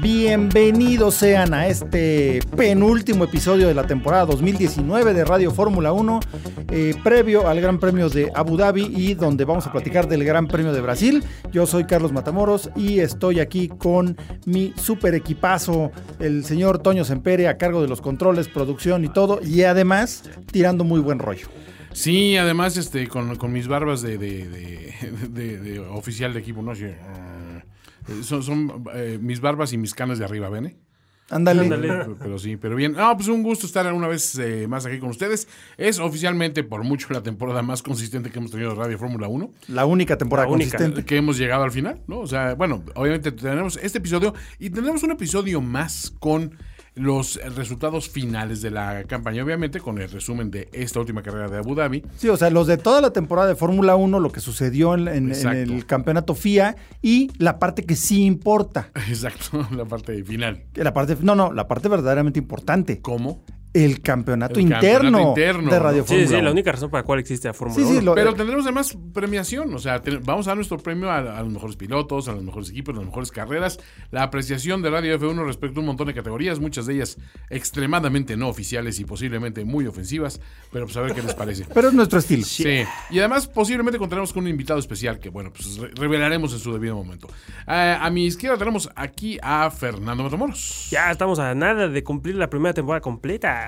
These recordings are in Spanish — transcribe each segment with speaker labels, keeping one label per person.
Speaker 1: Bienvenidos sean a este penúltimo episodio de la temporada 2019 de Radio Fórmula 1, eh, previo al Gran Premio de Abu Dhabi y donde vamos a platicar del Gran Premio de Brasil. Yo soy Carlos Matamoros y estoy aquí con mi super equipazo, el señor Toño Sempere, a cargo de los controles, producción y todo, y además tirando muy buen rollo.
Speaker 2: Sí, además, este, con, con mis barbas de, de- de- de- de oficial de equipo, ¿no? Así, eh, son son, eh, mis barbas y mis canas de arriba, ¿ven? eh?
Speaker 1: Ándale.
Speaker 2: Pero, pero sí, pero bien. Ah, pues un gusto estar una vez eh, más aquí con ustedes. Es oficialmente, por mucho, la temporada más consistente que hemos tenido de Radio Fórmula 1.
Speaker 1: La única temporada
Speaker 3: La única.
Speaker 1: consistente.
Speaker 2: Que hemos llegado al final, ¿no? O sea, bueno, obviamente tenemos este episodio y tendremos un episodio más con los resultados finales de la campaña, obviamente, con el resumen de esta última carrera de Abu Dhabi.
Speaker 1: Sí, o sea, los de toda la temporada de Fórmula 1, lo que sucedió en, en- en
Speaker 2: Exacto.
Speaker 1: el campeonato FIA y la parte que sí importa.
Speaker 2: Exacto, la parte final.
Speaker 1: Que La parte, no, no, la parte verdaderamente importante.
Speaker 2: ¿Cómo?
Speaker 1: El campeonato,
Speaker 2: El
Speaker 1: interno,
Speaker 2: campeonato interno,
Speaker 1: de Radio
Speaker 2: ¿no?
Speaker 3: Sí,
Speaker 1: Fórmula
Speaker 3: sí,
Speaker 1: 1.
Speaker 3: la única razón para la cual existe la Fórmula
Speaker 1: Sí, sí,
Speaker 3: 1.
Speaker 1: lo- eh,
Speaker 2: Pero tendremos además premiación, o sea, te- vamos a dar nuestro premio a, a los mejores pilotos, a los mejores equipos, a las mejores carreras, la apreciación de Radio F1 respecto a un montón de categorías, muchas de ellas extremadamente no oficiales y posiblemente muy ofensivas, pero pues a ver qué les parece.
Speaker 1: Pero es nuestro estilo.
Speaker 2: Sí. Y además, posiblemente contaremos con un invitado especial que, bueno, pues re- revelaremos en su debido momento. Eh, a mi izquierda tenemos aquí a Fernando Matamoros.
Speaker 3: Ya estamos a nada de cumplir la primera temporada completa.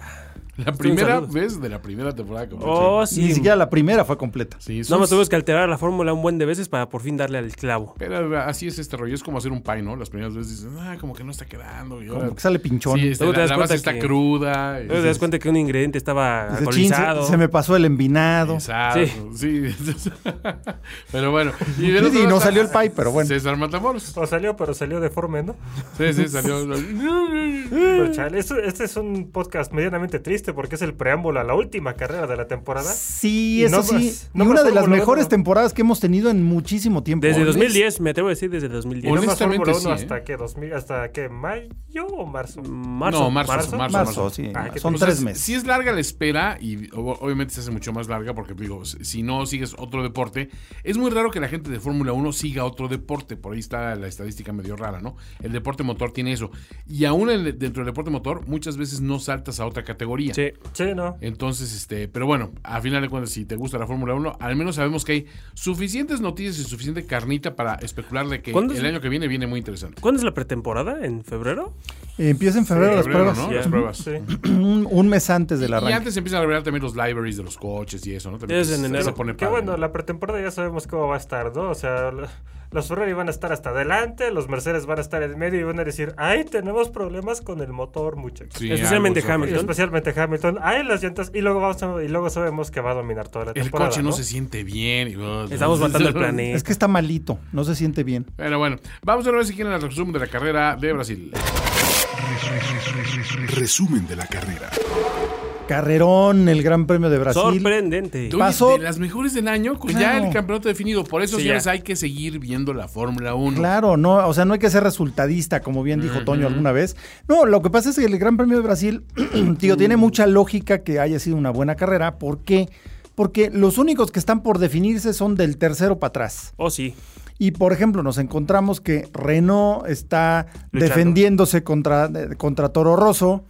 Speaker 2: La primera
Speaker 3: saludos.
Speaker 2: vez de la primera temporada. que
Speaker 3: Oh, sí.
Speaker 1: Ni siquiera la primera fue completa.
Speaker 2: Sí,
Speaker 3: No
Speaker 2: son-
Speaker 3: más tuvimos que alterar la fórmula un buen de veces para por fin darle al clavo.
Speaker 2: Pero así es este rollo, es como hacer un pie, ¿no? Las primeras veces dices, ah, como que no está quedando. Y ahora-
Speaker 1: Como que sale pinchón.
Speaker 2: Sí, este,
Speaker 3: Luego te
Speaker 2: la,
Speaker 3: das
Speaker 2: la base
Speaker 3: cuenta
Speaker 2: está
Speaker 3: que-
Speaker 2: cruda. y
Speaker 3: Luego te das cuenta que un ingrediente estaba
Speaker 1: Dice, "Chin, se-
Speaker 3: alcoholizado.
Speaker 1: se, me pasó el envinado.
Speaker 2: Exacto, sí. pero bueno. Y, del
Speaker 1: Sí,
Speaker 2: otro
Speaker 1: y no
Speaker 2: lado
Speaker 1: salió el
Speaker 2: está
Speaker 1: pie, pero bueno.
Speaker 2: César Matamoros.
Speaker 4: O salió, pero salió deforme, ¿no?
Speaker 2: Sí, sí, salió.
Speaker 4: Pero chale, esto- este es un podcast medianamente triste porque es el preámbulo a la última carrera de la temporada.
Speaker 1: Sí,
Speaker 4: Y
Speaker 1: eso
Speaker 4: no
Speaker 1: sí.
Speaker 4: más- no
Speaker 1: y
Speaker 4: más
Speaker 1: una de las
Speaker 4: Fórmula
Speaker 1: mejores
Speaker 4: Uno.
Speaker 1: temporadas que hemos tenido en muchísimo tiempo.
Speaker 3: Desde
Speaker 1: Honest-
Speaker 3: 2010, me atrevo a decir desde 2010.
Speaker 4: Y no más
Speaker 2: Honestamente,
Speaker 4: Fórmula
Speaker 2: sí,
Speaker 4: 1
Speaker 2: ¿eh? Mm,
Speaker 4: hasta que 2000, hasta que mayo o marzo.
Speaker 3: Marzo.
Speaker 2: no, marzo, marzo,
Speaker 4: marzo.
Speaker 2: marzo.
Speaker 1: Marzo, sí.
Speaker 4: Ah, que
Speaker 1: Son
Speaker 2: O sea,
Speaker 1: tres
Speaker 2: si-
Speaker 1: meses.
Speaker 2: Si es larga la espera, y ob- obviamente se hace mucho más larga, porque digo, si- si no sigues otro deporte, es muy raro que la gente de Fórmula 1 siga otro deporte. Por ahí está la estadística medio rara, ¿no? El deporte motor tiene eso. Y aún en- dentro del deporte motor, muchas veces no saltas a otra categoría.
Speaker 3: Sí.
Speaker 4: Sí, no.
Speaker 2: Entonces, este, pero bueno, a final de cuentas, si te gusta la Fórmula 1, al menos sabemos que hay suficientes noticias y suficiente carnita para especular de que el
Speaker 3: ¿Cuándo es-
Speaker 2: año que viene viene muy interesante.
Speaker 3: ¿Cuándo es la pretemporada? ¿En febrero?
Speaker 1: Eh, Empieza en febrero las
Speaker 2: Febrero,
Speaker 1: pruebas.
Speaker 2: ¿no?
Speaker 3: sí,
Speaker 2: Las
Speaker 3: ya.
Speaker 2: pruebas.
Speaker 4: Sí.
Speaker 1: Un, un mes antes del
Speaker 2: Y
Speaker 1: arranque.
Speaker 2: antes se empiezan a revelar también los libraries de los coches y eso, ¿no? También
Speaker 3: Es en
Speaker 2: se-
Speaker 3: enero.
Speaker 2: se pone
Speaker 4: Qué
Speaker 2: padre,
Speaker 4: bueno,
Speaker 2: ¿no?
Speaker 4: la pretemporada ya sabemos cómo va a estar, ¿no? O sea, la- los Ferrari van a estar hasta adelante, los Mercedes van a estar en medio y van a decir, ay, tenemos problemas con el motor, muchachos.
Speaker 2: Sí,
Speaker 3: Especialmente
Speaker 2: algo, o sea,
Speaker 4: Y
Speaker 3: Hamilton.
Speaker 4: especialmente Hamilton, ay, las llantas, y luego, vamos a- y luego sabemos que va a dominar toda la
Speaker 2: El
Speaker 4: temporada.
Speaker 2: coche no, se siente bien. y- uh,
Speaker 3: Estamos matando el planeta.
Speaker 1: Es que está malito, no se siente bien.
Speaker 2: Pero bueno, vamos a ver si quieren el resumen de la carrera de Brasil.
Speaker 5: Resumen de la carrera.
Speaker 1: Carrerón, el Gran Premio de Brasil.
Speaker 3: Sorprendente.
Speaker 2: Oye,
Speaker 1: Pasó-
Speaker 2: de las mejores del año, con ya
Speaker 1: Claro.
Speaker 2: el campeonato definido. Por eso,
Speaker 3: Sí,
Speaker 2: señores,
Speaker 3: ya.
Speaker 2: hay que seguir viendo la Fórmula 1.
Speaker 1: Claro, no, o sea, no hay que ser resultadista, como bien dijo Toño alguna vez. No, lo que pasa es que el Gran Premio de Brasil, tío, tiene mucha lógica que haya sido una buena carrera. ¿Por qué? Porque los únicos que están por definirse son del tercero para atrás.
Speaker 3: Oh, sí.
Speaker 1: Y por ejemplo, nos encontramos que Renault está
Speaker 3: Luchando.
Speaker 1: defendiéndose contra, de- contra Toro Rosso.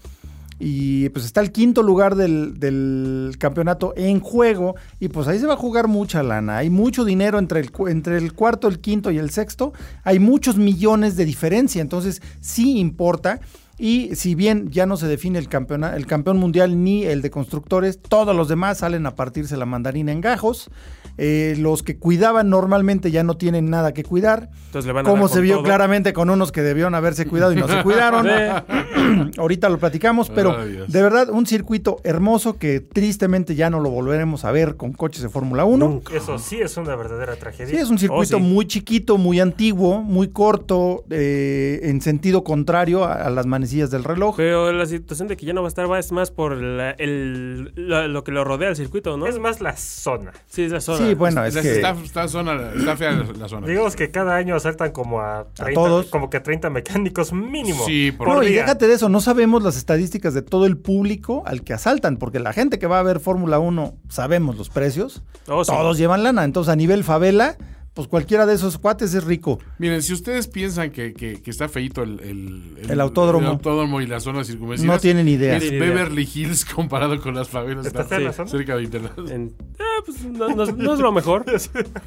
Speaker 1: Y pues está el quinto lugar del, del campeonato en juego. Y pues ahí se va a jugar mucha lana. Hay mucho dinero entre el, cu- entre el cuarto, el quinto y el sexto. Hay muchos millones de diferencia. Entonces sí importa. Y si bien ya no se define el, campeona- el campeón mundial ni el de constructores, todos los demás salen a partirse la mandarina en gajos. Eh, los que cuidaban normalmente ya no tienen nada que cuidar.
Speaker 3: Entonces le van a
Speaker 1: Como
Speaker 3: dar
Speaker 1: se
Speaker 3: con
Speaker 1: vio
Speaker 3: todo.
Speaker 1: claramente con unos que debieron haberse cuidado y no se cuidaron. Ahorita lo platicamos, pero
Speaker 2: Ay, Dios.
Speaker 1: de verdad un circuito hermoso que tristemente ya no lo volveremos a ver con coches de Fórmula 1.
Speaker 4: Eso sí es una verdadera tragedia.
Speaker 1: Sí, es un circuito
Speaker 3: Oh, sí.
Speaker 1: muy chiquito, muy antiguo, muy corto, eh, en sentido contrario a, a las manecillas del reloj.
Speaker 3: Pero la situación de que ya no va a estar va es más por la- el, la- lo que lo rodea el circuito, ¿no?
Speaker 4: Es más la zona.
Speaker 3: sí, es la zona.
Speaker 1: Sí, bueno,
Speaker 2: O
Speaker 1: es
Speaker 2: sea,
Speaker 1: que
Speaker 2: está, está zona- está fea la, la zona.
Speaker 4: Digamos que cada año asaltan como a 30,
Speaker 1: todos.
Speaker 4: como que 30 mecánicos mínimo.
Speaker 2: Sí, por-
Speaker 1: No, y
Speaker 4: día.
Speaker 1: déjate de eso, no sabemos las estadísticas de todo el público al que asaltan, porque la gente que va a ver Fórmula 1 sabemos los precios,
Speaker 3: Oh, sí.
Speaker 1: todos llevan lana, entonces a nivel favela, pues cualquiera de esos cuates es rico.
Speaker 2: Miren, si ustedes piensan que, que- que está feito el, el,
Speaker 1: El autódromo.
Speaker 2: el autódromo y la zona circunvecinas,
Speaker 1: No tienen idea.
Speaker 2: Es
Speaker 3: Tienen idea.
Speaker 2: Beverly Hills comparado con las favelas de-
Speaker 4: ¿Está fea la zona?
Speaker 2: cerca de internet.
Speaker 3: En- ah, pues, no, no- no es lo mejor.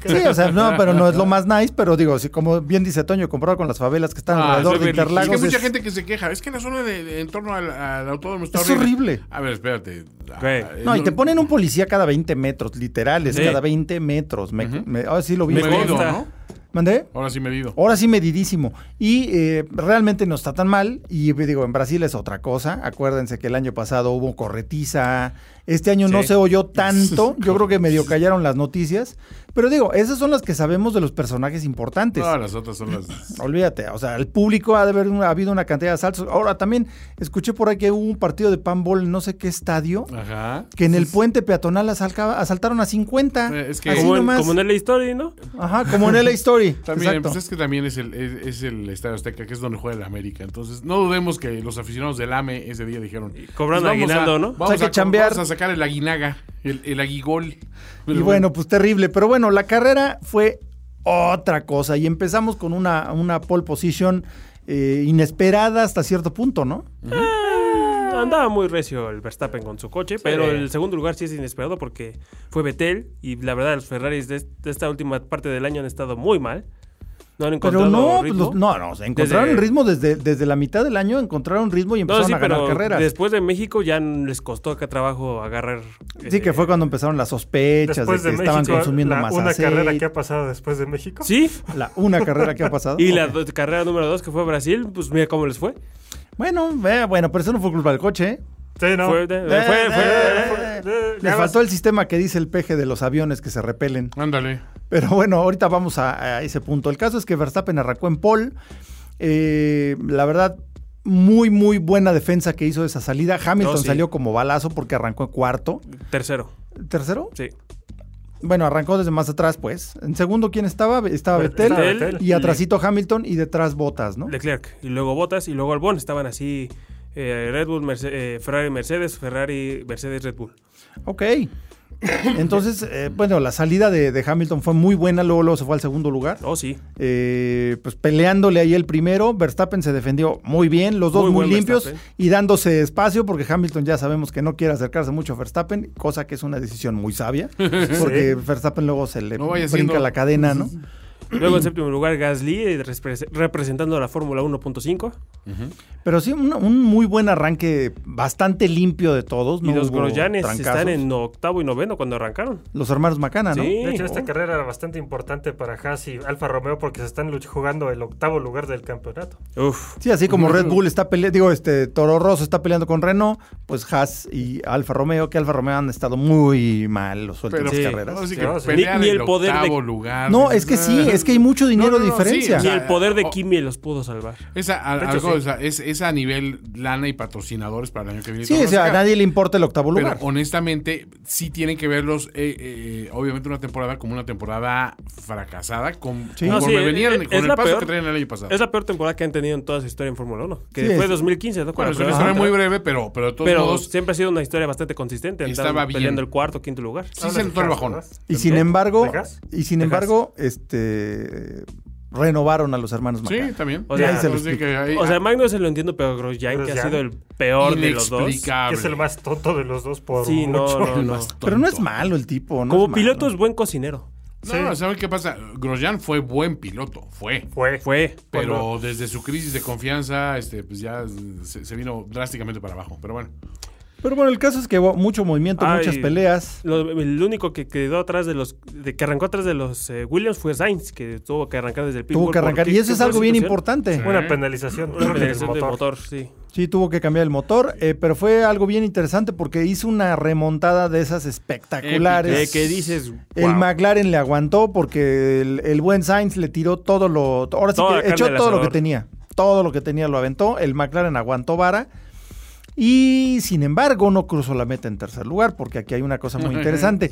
Speaker 1: Sí, o sea, no, pero no es lo más nice, pero digo, si como bien dice Toño, comparado con las favelas que están
Speaker 2: Ah,
Speaker 1: alrededor de
Speaker 2: Beverly Hills.
Speaker 1: Interlagos.
Speaker 2: Es que mucha
Speaker 1: es-
Speaker 2: gente que se queja. Es que la zona de, de- en torno al, al autódromo está
Speaker 1: Es horrible.
Speaker 2: A ver, espérate. Ah,
Speaker 3: Güey.
Speaker 2: eh,
Speaker 1: No, y te ponen un policía cada 20 metros, literales,
Speaker 3: Sí.
Speaker 1: cada 20 metros. Me, me- ahora sí lo vi.
Speaker 3: Me
Speaker 1: ¿Mandé?
Speaker 2: Medido,
Speaker 3: consta.
Speaker 2: ¿no?
Speaker 1: ¿Mandé?
Speaker 2: Ahora sí medido.
Speaker 1: Ahora sí medidísimo. Y eh, realmente no está tan mal. Y digo, en Brasil es otra cosa. Acuérdense que el año pasado hubo corretiza. Este año no
Speaker 3: Sí.
Speaker 1: se oyó tanto. Yo creo que medio callaron las noticias. Pero digo, esas son las que sabemos de los personajes importantes.
Speaker 2: Todas las otras son las...
Speaker 1: Olvídate, o sea, el público ha de haber ha habido una cantidad de asaltos. Ahora también escuché por ahí que hubo un partido de panball en no sé qué estadio
Speaker 3: Ah,
Speaker 2: Ajá.
Speaker 1: que en el puente peatonal asalca- asaltaron a 50.
Speaker 2: Eh, es que-
Speaker 1: así
Speaker 3: Como en,
Speaker 1: nomás.
Speaker 3: como en el Story, ¿no?
Speaker 1: Ajá, como en LA Story.
Speaker 2: También,
Speaker 1: Exacto.
Speaker 2: pues es que también es el, es, es el Estadio Azteca, que es donde juega el América. Entonces, no dudemos que los aficionados del AME ese día dijeron... "Pues
Speaker 3: cobran
Speaker 2: vamos
Speaker 3: aguinaldo,
Speaker 2: a-
Speaker 3: ¿no?
Speaker 2: Vamos,
Speaker 1: Hay que
Speaker 2: a,
Speaker 1: chambear.
Speaker 2: vamos a sacar el aguinaga, el, el aguigol.
Speaker 1: y bueno, pues terrible. Pero bueno, la carrera fue otra cosa. Y empezamos con una, una pole position eh, inesperada hasta cierto punto, ¿no?
Speaker 3: Andaba muy recio el Verstappen con su coche, pero el segundo lugar sí es inesperado porque fue Vettel y la verdad los Ferraris de, est- de esta última parte del año han estado muy mal. No han encontrado
Speaker 1: Pero no, pues,
Speaker 3: ritmo.
Speaker 1: los- no, no, se encontraron
Speaker 3: Desde-
Speaker 1: ritmo desde, desde la mitad del año, encontraron ritmo y
Speaker 3: No,
Speaker 1: empezaron
Speaker 3: sí,
Speaker 1: a ganar
Speaker 3: pero
Speaker 1: carreras.
Speaker 3: después de México ya n- les costó acá trabajo agarrar.
Speaker 1: Sí,
Speaker 3: eh,
Speaker 1: que fue cuando empezaron las sospechas
Speaker 4: Después
Speaker 1: de
Speaker 4: de
Speaker 1: que estaban
Speaker 4: México,
Speaker 1: consumiendo
Speaker 4: la-
Speaker 1: más
Speaker 4: una
Speaker 1: aceite.
Speaker 4: carrera que ha pasado después de México.
Speaker 3: Sí.
Speaker 1: La una carrera que ha pasado.
Speaker 3: Y la
Speaker 1: Ok.
Speaker 3: do- carrera número dos que fue Brasil, pues mira cómo les fue.
Speaker 1: Bueno, eh, bueno, pero eso no fue culpa del coche, ¿eh?
Speaker 4: Sí, ¿no?
Speaker 3: Fue, de- fue-
Speaker 1: eh,
Speaker 3: fue-
Speaker 1: eh,
Speaker 4: fue- eh,
Speaker 1: Les
Speaker 4: nada
Speaker 1: faltó
Speaker 4: más.
Speaker 1: el sistema que dice el peje de los aviones que se repelen.
Speaker 2: Ándale.
Speaker 1: Pero bueno, ahorita vamos a, a ese punto. El caso es que Verstappen arrancó en Paul. la verdad, muy, muy buena defensa que hizo de esa salida. Hamilton
Speaker 3: Oh, sí.
Speaker 1: salió como balazo porque arrancó en cuarto.
Speaker 3: tercero.
Speaker 1: ¿Tercero?
Speaker 3: Sí.
Speaker 1: Bueno, arrancó desde más atrás, pues. En segundo, ¿quién estaba? Estaba
Speaker 4: Pues,
Speaker 1: Vettel.
Speaker 4: estaba
Speaker 3: Vettel.
Speaker 1: Y atrásito Hamilton y detrás Botas, ¿no?
Speaker 3: Leclerc y luego Bottas y luego Albon estaban así eh, Red Bull, Merce- eh, Ferrari, Mercedes, Ferrari, Mercedes, Red Bull.
Speaker 1: Ok. Entonces, eh, bueno, la salida de, de Hamilton fue muy buena. Luego, luego se fue al segundo lugar.
Speaker 3: Oh, sí.
Speaker 1: eh, pues peleándole ahí el primero. Verstappen se defendió muy bien, los dos
Speaker 3: Muy
Speaker 1: muy,
Speaker 3: buen
Speaker 1: limpios
Speaker 3: Verstappen.
Speaker 1: y dándose espacio porque Hamilton ya sabemos que no quiere acercarse mucho a Verstappen, cosa que es una decisión muy sabia, porque Verstappen luego se le
Speaker 2: No vaya
Speaker 1: brinca
Speaker 2: siendo-
Speaker 1: la cadena, ¿no?
Speaker 3: Luego en séptimo lugar Gasly eh, respre- representando a la Fórmula 1.5
Speaker 1: Pero sí, un, un muy buen arranque, bastante limpio de todos.
Speaker 3: y
Speaker 1: no
Speaker 3: los
Speaker 1: hubo
Speaker 3: Groyanes
Speaker 1: trancazos.
Speaker 3: están en octavo y noveno cuando arrancaron.
Speaker 1: Los hermanos Macana, ¿no?
Speaker 3: Sí.
Speaker 4: De hecho, esta
Speaker 3: Oh.
Speaker 4: carrera era bastante importante para Haas y Alfa Romeo porque se están luch- jugando el octavo lugar del campeonato.
Speaker 3: Uf.
Speaker 1: Sí, así como Red Bull está peleando, digo, este Toro Rosso está peleando con Renault, pues Haas y Alfa Romeo, que Alfa Romeo han estado muy mal los
Speaker 2: Pero
Speaker 1: últimos
Speaker 3: Sí.
Speaker 1: carreras.
Speaker 2: ahora sí que
Speaker 4: Sí, sí.
Speaker 2: pelea
Speaker 3: Ni- ni
Speaker 2: del
Speaker 3: el poder de-
Speaker 2: octavo lugar.
Speaker 1: pues,
Speaker 2: "Ah".
Speaker 1: No, es que sí, es que hay mucho dinero de diferencia.
Speaker 2: o
Speaker 3: Ni
Speaker 2: sea,
Speaker 3: el poder de
Speaker 2: o-
Speaker 3: Kimi los pudo salvar.
Speaker 2: Esa, a,
Speaker 4: De hecho,
Speaker 2: algo,
Speaker 4: sí.
Speaker 2: o sea, es, es a nivel lana y patrocinadores para el año que viene.
Speaker 1: Sí,
Speaker 2: Todo
Speaker 1: o sea, a
Speaker 2: saca.
Speaker 1: nadie le importa el octavo
Speaker 2: Pero
Speaker 1: lugar.
Speaker 2: honestamente, sí tienen que verlos, eh, eh, obviamente, una temporada como una temporada fracasada, con,
Speaker 1: Sí.
Speaker 2: conforme
Speaker 3: No, sí,
Speaker 2: venían,
Speaker 3: es-
Speaker 2: con
Speaker 3: es
Speaker 2: el
Speaker 3: la
Speaker 2: paso
Speaker 3: peor.
Speaker 2: que traían el año pasado.
Speaker 3: Es la peor temporada que han tenido en toda su historia en Fórmula 1, que
Speaker 1: Sí,
Speaker 3: fue
Speaker 1: es-
Speaker 3: 2015, ¿no?
Speaker 2: bueno,
Speaker 3: Cuando
Speaker 2: es una
Speaker 3: fue-
Speaker 2: historia
Speaker 3: Ajá.
Speaker 2: muy breve, pero, pero de todos
Speaker 3: pero
Speaker 2: modos,
Speaker 3: siempre ha sido una historia bastante consistente, han
Speaker 2: Estaba
Speaker 3: estado
Speaker 2: bien.
Speaker 3: peleando el cuarto, quinto lugar.
Speaker 2: sí se notó el bajón.
Speaker 1: Y sin embargo,
Speaker 4: ¿Dejas?
Speaker 1: y sin
Speaker 3: ¿Dejas?
Speaker 1: embargo, este renovaron a los hermanos
Speaker 2: Sí,
Speaker 1: Macana.
Speaker 2: también.
Speaker 3: O sea,
Speaker 1: Ahí se lo
Speaker 2: Así que
Speaker 1: explico.
Speaker 2: ahí-
Speaker 3: O sea, Magnus se lo entiendo, pero Grosjean que ha
Speaker 4: Grosjean.
Speaker 3: sido el peor de los dos.
Speaker 4: Que
Speaker 2: inexplicable.
Speaker 4: es el más tonto de los dos por
Speaker 3: Sí, no,
Speaker 4: mucho.
Speaker 3: no, no.
Speaker 2: Más
Speaker 1: Pero no es
Speaker 2: tonto.
Speaker 1: malo el tipo, ¿no?
Speaker 3: Como
Speaker 1: es malo.
Speaker 3: piloto es buen cocinero.
Speaker 2: No, no, ¿saben qué pasa? Grosjean fue buen piloto, fue.
Speaker 4: Fue.
Speaker 3: Fue.
Speaker 2: Pero
Speaker 3: cuando-
Speaker 2: desde su crisis de confianza, este, pues ya se, se vino drásticamente para abajo. Pero bueno,
Speaker 1: Pero bueno, el caso es que hubo mucho movimiento,
Speaker 3: Ay.
Speaker 1: muchas peleas.
Speaker 3: lo- el único que quedó atrás de los. de que arrancó atrás de los eh, Williams fue Sainz, que tuvo que arrancar desde el pit
Speaker 1: Tuvo
Speaker 3: wall
Speaker 1: que arrancar.
Speaker 3: porque-
Speaker 1: Y eso es
Speaker 3: fue
Speaker 1: algo bien
Speaker 3: situación-
Speaker 1: importante.
Speaker 4: Una penalización.
Speaker 3: Una
Speaker 4: del
Speaker 3: penalización del
Speaker 4: motor.
Speaker 3: motor, sí.
Speaker 1: Sí, tuvo que cambiar el motor, eh, pero fue algo bien interesante porque hizo una remontada de esas espectaculares.
Speaker 3: Eh, que dices.
Speaker 1: El
Speaker 3: wow.
Speaker 1: McLaren le aguantó porque el, el buen Sainz le tiró todo lo. Ahora sí
Speaker 3: Toda la
Speaker 1: que
Speaker 3: carne
Speaker 1: echó
Speaker 3: al
Speaker 1: todo lo que
Speaker 3: asador.
Speaker 1: tenía. Todo lo que tenía lo aventó. El McLaren aguantó vara. Y sin embargo, no cruzó la meta en tercer lugar porque aquí hay una cosa muy interesante.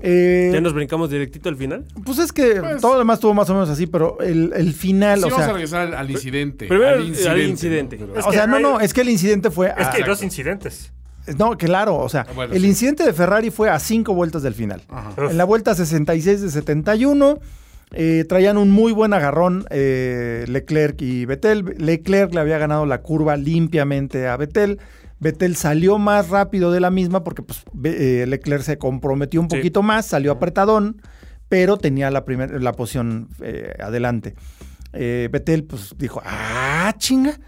Speaker 1: Eh,
Speaker 3: Ya nos brincamos directito al final.
Speaker 1: Pues es que
Speaker 2: Pues-
Speaker 1: todo lo demás estuvo más o menos así, pero el, el final, o
Speaker 2: sí vamos a
Speaker 1: sea.
Speaker 2: regresar al, al incidente.
Speaker 3: primero al- al
Speaker 2: ¿no?
Speaker 3: incidente.
Speaker 2: Pero-
Speaker 4: Es
Speaker 1: o
Speaker 4: que
Speaker 1: sea, no,
Speaker 4: hay-
Speaker 1: no, es que el incidente fue a-
Speaker 4: Es que hay dos
Speaker 2: Exacto.
Speaker 4: incidentes.
Speaker 1: No, claro, o sea,
Speaker 2: Bueno,
Speaker 1: el
Speaker 2: sí.
Speaker 1: incidente de Ferrari fue a cinco vueltas del final.
Speaker 4: Uf.
Speaker 1: En la vuelta 66 de 71, eh, traían un muy buen agarrón eh, Leclerc y Vettel. Leclerc le había ganado la curva limpiamente a Vettel. Vettel salió más rápido de la misma porque pues, Ve- eh, Leclerc se comprometió un
Speaker 3: Sí.
Speaker 1: poquito más, salió apretadón, pero tenía la, primer- la posición eh, adelante. Eh, Vettel pues dijo, ah, chinga.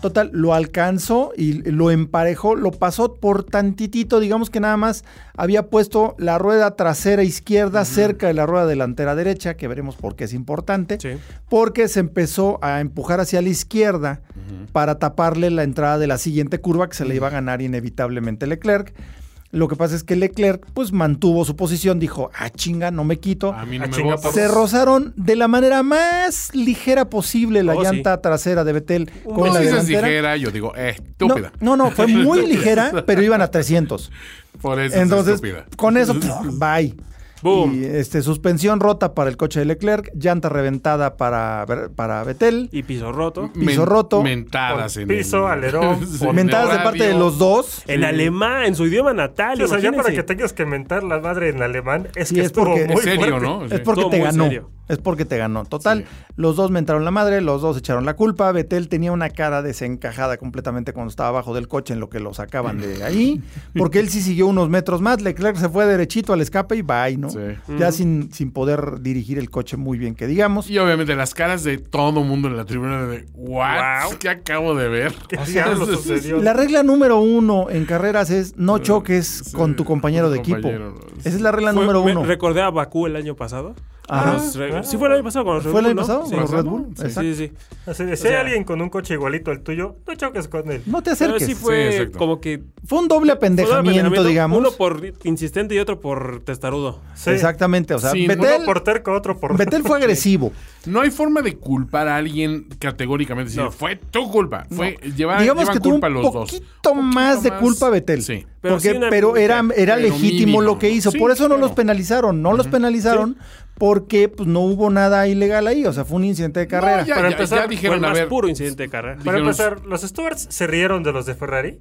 Speaker 1: Total, lo alcanzó y lo emparejó, lo pasó por tantitito, digamos que nada más había puesto la rueda trasera izquierda cerca de la rueda delantera derecha, que veremos por qué es importante,
Speaker 3: Sí.
Speaker 1: porque se empezó a empujar hacia la izquierda para taparle la entrada de la siguiente curva que se le iba a ganar inevitablemente Leclerc. Lo que pasa es que Leclerc pues mantuvo su posición, dijo, ah chinga, no me quito.
Speaker 2: A mí
Speaker 4: Ah,
Speaker 2: no me
Speaker 4: chinga,
Speaker 2: votas.
Speaker 1: Se rozaron de la manera más ligera posible la
Speaker 3: Oh, sí.
Speaker 1: llanta trasera de Betel
Speaker 3: Un
Speaker 1: con
Speaker 2: Tú
Speaker 1: la
Speaker 2: dices
Speaker 1: delantera.
Speaker 2: ligera, yo digo, eh,
Speaker 1: No,
Speaker 2: estúpida.
Speaker 1: no, no, fue muy ligera, pero iban a 300.
Speaker 2: Por eso es
Speaker 1: Entonces,
Speaker 2: estúpida.
Speaker 1: con eso, pf, bye.
Speaker 3: Boom.
Speaker 1: Y este, suspensión rota para el coche de Leclerc, llanta reventada para, Ver- para Betel.
Speaker 3: Y piso roto.
Speaker 1: piso roto.
Speaker 2: Mentadas en
Speaker 4: Piso, alerón,
Speaker 2: en el
Speaker 1: Mentadas de
Speaker 2: radio.
Speaker 1: parte de los dos.
Speaker 3: El alemán, en su idioma natal.
Speaker 4: O sea, ya para
Speaker 3: imagínense.
Speaker 4: que tengas que mentar la madre en alemán, es
Speaker 1: Sí,
Speaker 4: que
Speaker 1: es
Speaker 4: estuvo
Speaker 1: porque-
Speaker 4: muy
Speaker 2: Es serio,
Speaker 4: fuerte.
Speaker 2: ¿no?
Speaker 1: Es porque
Speaker 3: Todo
Speaker 1: te
Speaker 3: muy
Speaker 1: ganó.
Speaker 3: serio.
Speaker 1: Es porque te ganó. Total,
Speaker 2: Sí.
Speaker 1: los dos me entraron la madre, los dos echaron la culpa. Betel tenía una cara desencajada completamente cuando estaba abajo del coche en lo que lo sacaban de ahí. Porque él sí siguió unos metros más. Leclerc se fue derechito al escape y bye, ¿no?
Speaker 2: Sí.
Speaker 1: Ya sin, sin poder dirigir el coche muy bien, que digamos.
Speaker 2: Y obviamente las caras de todo mundo en la tribuna de what, ¿qué acabo de ver?
Speaker 4: ¿Qué diablos
Speaker 2: sí, sí,
Speaker 4: sucedió?
Speaker 1: La regla número uno en carreras es no choques con tu compañero de
Speaker 2: con tu compañero,
Speaker 1: equipo.
Speaker 2: ¿no?
Speaker 1: Esa es la regla
Speaker 3: Fue-
Speaker 1: número
Speaker 3: me
Speaker 1: uno.
Speaker 3: Recordé a Bakú el año pasado.
Speaker 1: Ajá.
Speaker 3: Los re- sí, fue el año pasado con los Red
Speaker 1: ¿Fue el
Speaker 3: Bull,
Speaker 1: año
Speaker 3: ¿no?
Speaker 1: pasado
Speaker 3: Sí.
Speaker 1: con los Red Bull?
Speaker 3: Sí,
Speaker 1: Exacto.
Speaker 3: sí, sí.
Speaker 4: Así de, si
Speaker 3: sea-
Speaker 4: hay alguien con un coche igualito al tuyo, no choques con él.
Speaker 1: No te
Speaker 3: Pero
Speaker 1: acerques.
Speaker 2: Sí,
Speaker 3: sí fue
Speaker 2: exacto.
Speaker 3: como que.
Speaker 1: Fue un doble apendejamiento, digamos.
Speaker 3: Uno por insistente y otro por testarudo.
Speaker 4: Sí.
Speaker 1: Exactamente. O sea,
Speaker 2: Sí,
Speaker 1: Betel,
Speaker 4: Uno por terco, otro por...
Speaker 1: Betel fue agresivo.
Speaker 2: No hay forma de culpar a alguien categóricamente. Decir,
Speaker 3: No.
Speaker 2: fue tu culpa. Fue llevar
Speaker 1: Digamos que tuvo
Speaker 2: culpa a
Speaker 1: un
Speaker 2: los dos.
Speaker 1: poquito más de culpa Betel.
Speaker 2: Sí.
Speaker 3: Pero
Speaker 1: Pero,
Speaker 3: sí una-
Speaker 1: pero era, era
Speaker 2: pero
Speaker 1: legítimo
Speaker 2: mínimo,
Speaker 1: lo que hizo.
Speaker 2: sí,
Speaker 1: Por eso no
Speaker 2: claro.
Speaker 1: los penalizaron. No los penalizaron porque pues, no hubo nada ilegal ahí. O sea, fue un incidente de carrera.
Speaker 2: No, ya,
Speaker 4: Para
Speaker 2: ya-
Speaker 4: empezar,
Speaker 2: ya
Speaker 3: Fue el
Speaker 2: dijeron, a
Speaker 3: más
Speaker 2: ver,
Speaker 3: puro incidente de carrera.
Speaker 4: Para
Speaker 2: Dijeron-
Speaker 4: empezar, los Stewarts se rieron de los de Ferrari.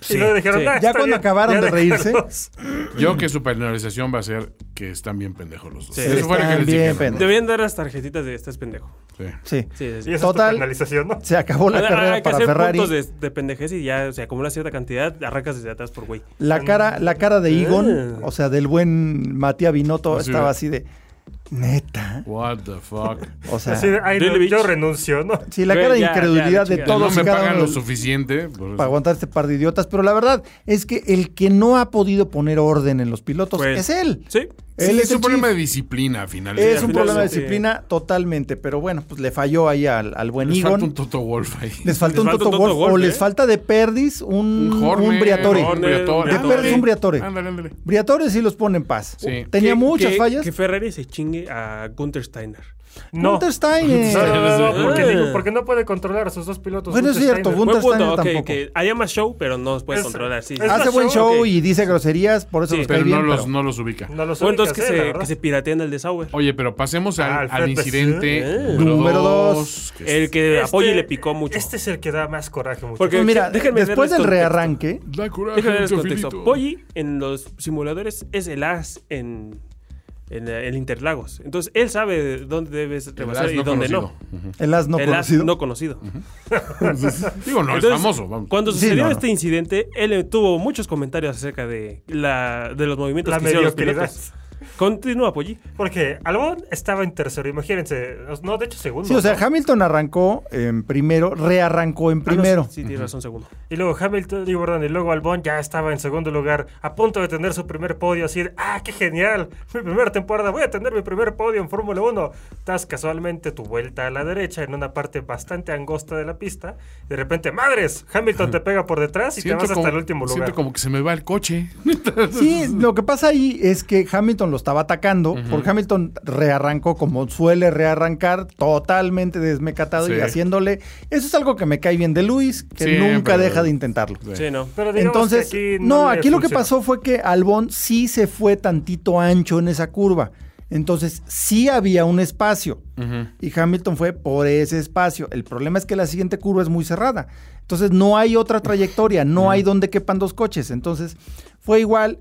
Speaker 3: Sí,
Speaker 4: y luego dijeron,
Speaker 3: sí.
Speaker 4: "Ah,
Speaker 3: Ya
Speaker 4: está
Speaker 1: cuando
Speaker 4: bien,
Speaker 1: acabaron de reírse".
Speaker 4: déjalos".
Speaker 2: yo que su penalización va a ser que están bien pendejos los dos.
Speaker 3: Sí.
Speaker 2: Eso fue lo que
Speaker 1: Están
Speaker 2: les
Speaker 1: bien
Speaker 2: dijeron.
Speaker 1: pendejos.
Speaker 3: Deberían dar las tarjetitas de estás pendejo.
Speaker 2: Sí.
Speaker 1: Sí.
Speaker 3: Sí, sí, sí.
Speaker 4: Y esa
Speaker 1: Total.
Speaker 4: es tu penalización, ¿no?
Speaker 1: Se acabó la
Speaker 3: Hay-
Speaker 1: carrera
Speaker 3: hay que
Speaker 1: para
Speaker 3: hacer
Speaker 1: Ferrari.
Speaker 3: puntos de, de pendejez y ya se acumula cierta cantidad, arrancas desde atrás por güey.
Speaker 1: La cara, la cara de Egon,
Speaker 3: Eh.
Speaker 1: o sea, del buen Matías Binotto,
Speaker 2: Así
Speaker 1: estaba
Speaker 2: de-
Speaker 1: así de neta.
Speaker 2: What the fuck.
Speaker 1: O sea,
Speaker 4: Así de, "Ay, no,
Speaker 3: Really,
Speaker 4: yo
Speaker 3: bitch.
Speaker 4: renuncio, ¿no?
Speaker 1: sí, la
Speaker 3: Güey,
Speaker 1: cara de
Speaker 3: ya, ya,
Speaker 1: incredulidad de
Speaker 3: chingada.
Speaker 2: no
Speaker 1: todos y
Speaker 2: me
Speaker 1: cada
Speaker 2: pagan
Speaker 1: uno
Speaker 2: lo
Speaker 1: de-
Speaker 2: suficiente. pues, por eso.
Speaker 1: para aguantar este par de idiotas. Pero la verdad es que el que no ha podido poner orden en los pilotos
Speaker 3: Pues,
Speaker 1: es él.
Speaker 3: Sí.
Speaker 2: Sí,
Speaker 1: Él
Speaker 2: es
Speaker 1: el
Speaker 2: un problema
Speaker 1: chief.
Speaker 2: de disciplina al final.
Speaker 1: Es
Speaker 3: al
Speaker 1: un
Speaker 3: final
Speaker 1: problema de
Speaker 3: sí.
Speaker 1: disciplina totalmente, pero bueno, pues le falló ahí al, al buen
Speaker 2: Les falta un
Speaker 1: Egon.
Speaker 2: Toto Wolf ahí.
Speaker 1: Les falta un
Speaker 3: Les falta
Speaker 1: Toto
Speaker 3: un Toto
Speaker 1: Wolf o
Speaker 3: Wolff,
Speaker 1: les
Speaker 3: ¿eh?
Speaker 1: falta de Perdis un,
Speaker 2: Un
Speaker 1: un,
Speaker 2: Horner,
Speaker 1: Briatore.
Speaker 3: Horner,
Speaker 1: De
Speaker 3: Briatore.
Speaker 1: Perdis un Briatore.
Speaker 2: Ándale, ándale.
Speaker 1: Briatore sí los pone en paz.
Speaker 2: Sí.
Speaker 1: Tenía
Speaker 3: Que-
Speaker 1: muchas
Speaker 3: que-
Speaker 1: fallas.
Speaker 3: Que Ferrari se chingue a Gunter Steiner.
Speaker 4: No.
Speaker 1: Gunther Steiner.
Speaker 4: No, no, no, no,
Speaker 3: Eh.
Speaker 4: porque, digo, porque no puede controlar a sus dos pilotos.
Speaker 1: Bueno, es
Speaker 4: Gunther
Speaker 1: cierto,
Speaker 4: Steiner.
Speaker 1: Gunther
Speaker 3: Buen punto,
Speaker 1: Steiner
Speaker 3: ok,
Speaker 1: tampoco.
Speaker 3: que haría más show, pero no los puede
Speaker 4: Es-
Speaker 3: controlar. Sí, sí.
Speaker 4: es-
Speaker 1: Hace
Speaker 4: Ah,
Speaker 1: buen
Speaker 4: sí,
Speaker 1: show
Speaker 3: ok.
Speaker 1: y dice groserías, por eso
Speaker 3: Sí.
Speaker 1: les cae
Speaker 2: Pero no
Speaker 1: bien.
Speaker 2: los,
Speaker 1: pero-
Speaker 2: no los ubica.
Speaker 4: No los
Speaker 3: Bueno, entonces
Speaker 4: únicas,
Speaker 3: que,
Speaker 4: eh, la
Speaker 3: se,
Speaker 4: verdad.
Speaker 3: que se piratean el de Sauer.
Speaker 2: Oye, pero pasemos al,
Speaker 4: Ah,
Speaker 2: al
Speaker 4: al Fred
Speaker 2: incidente
Speaker 3: Pesce.
Speaker 1: Número
Speaker 2: número
Speaker 1: dos.
Speaker 2: 2.
Speaker 3: El que
Speaker 4: Este-
Speaker 3: apoye le picó mucho.
Speaker 4: Este es el que da más coraje, mucho.
Speaker 3: Porque-
Speaker 1: Pues mira,
Speaker 3: Déjenme
Speaker 1: después
Speaker 3: darles
Speaker 1: del
Speaker 3: contexto.
Speaker 1: rearranque,
Speaker 4: Eh,
Speaker 2: Da coraje,
Speaker 3: Déjame darles
Speaker 2: mucho
Speaker 3: contexto.
Speaker 2: filito.
Speaker 3: Poggi en los simuladores es el as en, en eh, el Interlagos. Entonces, él sabe de dónde debes
Speaker 2: El
Speaker 3: rebasar
Speaker 2: as
Speaker 3: y
Speaker 2: no
Speaker 3: dónde
Speaker 2: conocido.
Speaker 3: no.
Speaker 1: el as no
Speaker 3: el as
Speaker 1: conocido.
Speaker 3: no conocido.
Speaker 2: Digo, no
Speaker 3: Entonces,
Speaker 2: es famoso. Vamos.
Speaker 3: Cuando
Speaker 1: Sí,
Speaker 3: sucedió
Speaker 1: no, no.
Speaker 3: este incidente, él eh, tuvo muchos comentarios acerca de, la, de los movimientos
Speaker 4: La
Speaker 3: que hicieron los
Speaker 4: mediocridad.
Speaker 3: pilotos. Continúa, Polly.
Speaker 4: Porque Albon estaba en tercero, imagínense. No, de hecho, segundo.
Speaker 1: Sí, o sea,
Speaker 4: ¿no?
Speaker 1: Hamilton arrancó en primero, rearrancó en primero.
Speaker 3: Ah, sí, tienes razón, segundo.
Speaker 4: Y luego Hamilton, digo, perdón, y luego Albon ya estaba en segundo lugar, a punto de tener su primer podio, así de, ¡ah, qué genial! Mi primera temporada, voy a tener mi primer podio en Fórmula 1. Das casualmente tu vuelta a la derecha en una parte bastante angosta de la pista. De repente, ¡madres! Hamilton te pega por detrás y te vas hasta el último lugar.
Speaker 2: siento como que se me va el coche.
Speaker 1: Sí, lo que pasa ahí es que Hamilton lo estaba atacando, porque Hamilton rearrancó como suele rearrancar, totalmente desmecatado y
Speaker 2: Sí.
Speaker 1: haciéndole. Eso es algo que me cae bien de Luis, que
Speaker 2: Siempre.
Speaker 1: nunca deja de intentarlo.
Speaker 3: Sí, no.
Speaker 4: Pero digamos
Speaker 1: Entonces,
Speaker 4: que aquí
Speaker 1: no,
Speaker 4: le
Speaker 1: aquí lo que
Speaker 4: funcionó.
Speaker 1: pasó fue que Albón sí se fue tantito ancho en esa curva. Entonces, sí había un espacio. Y Hamilton fue por ese espacio. El problema es que la siguiente curva es muy cerrada. Entonces, no hay otra trayectoria, no hay donde quepan dos coches. Entonces, fue igual,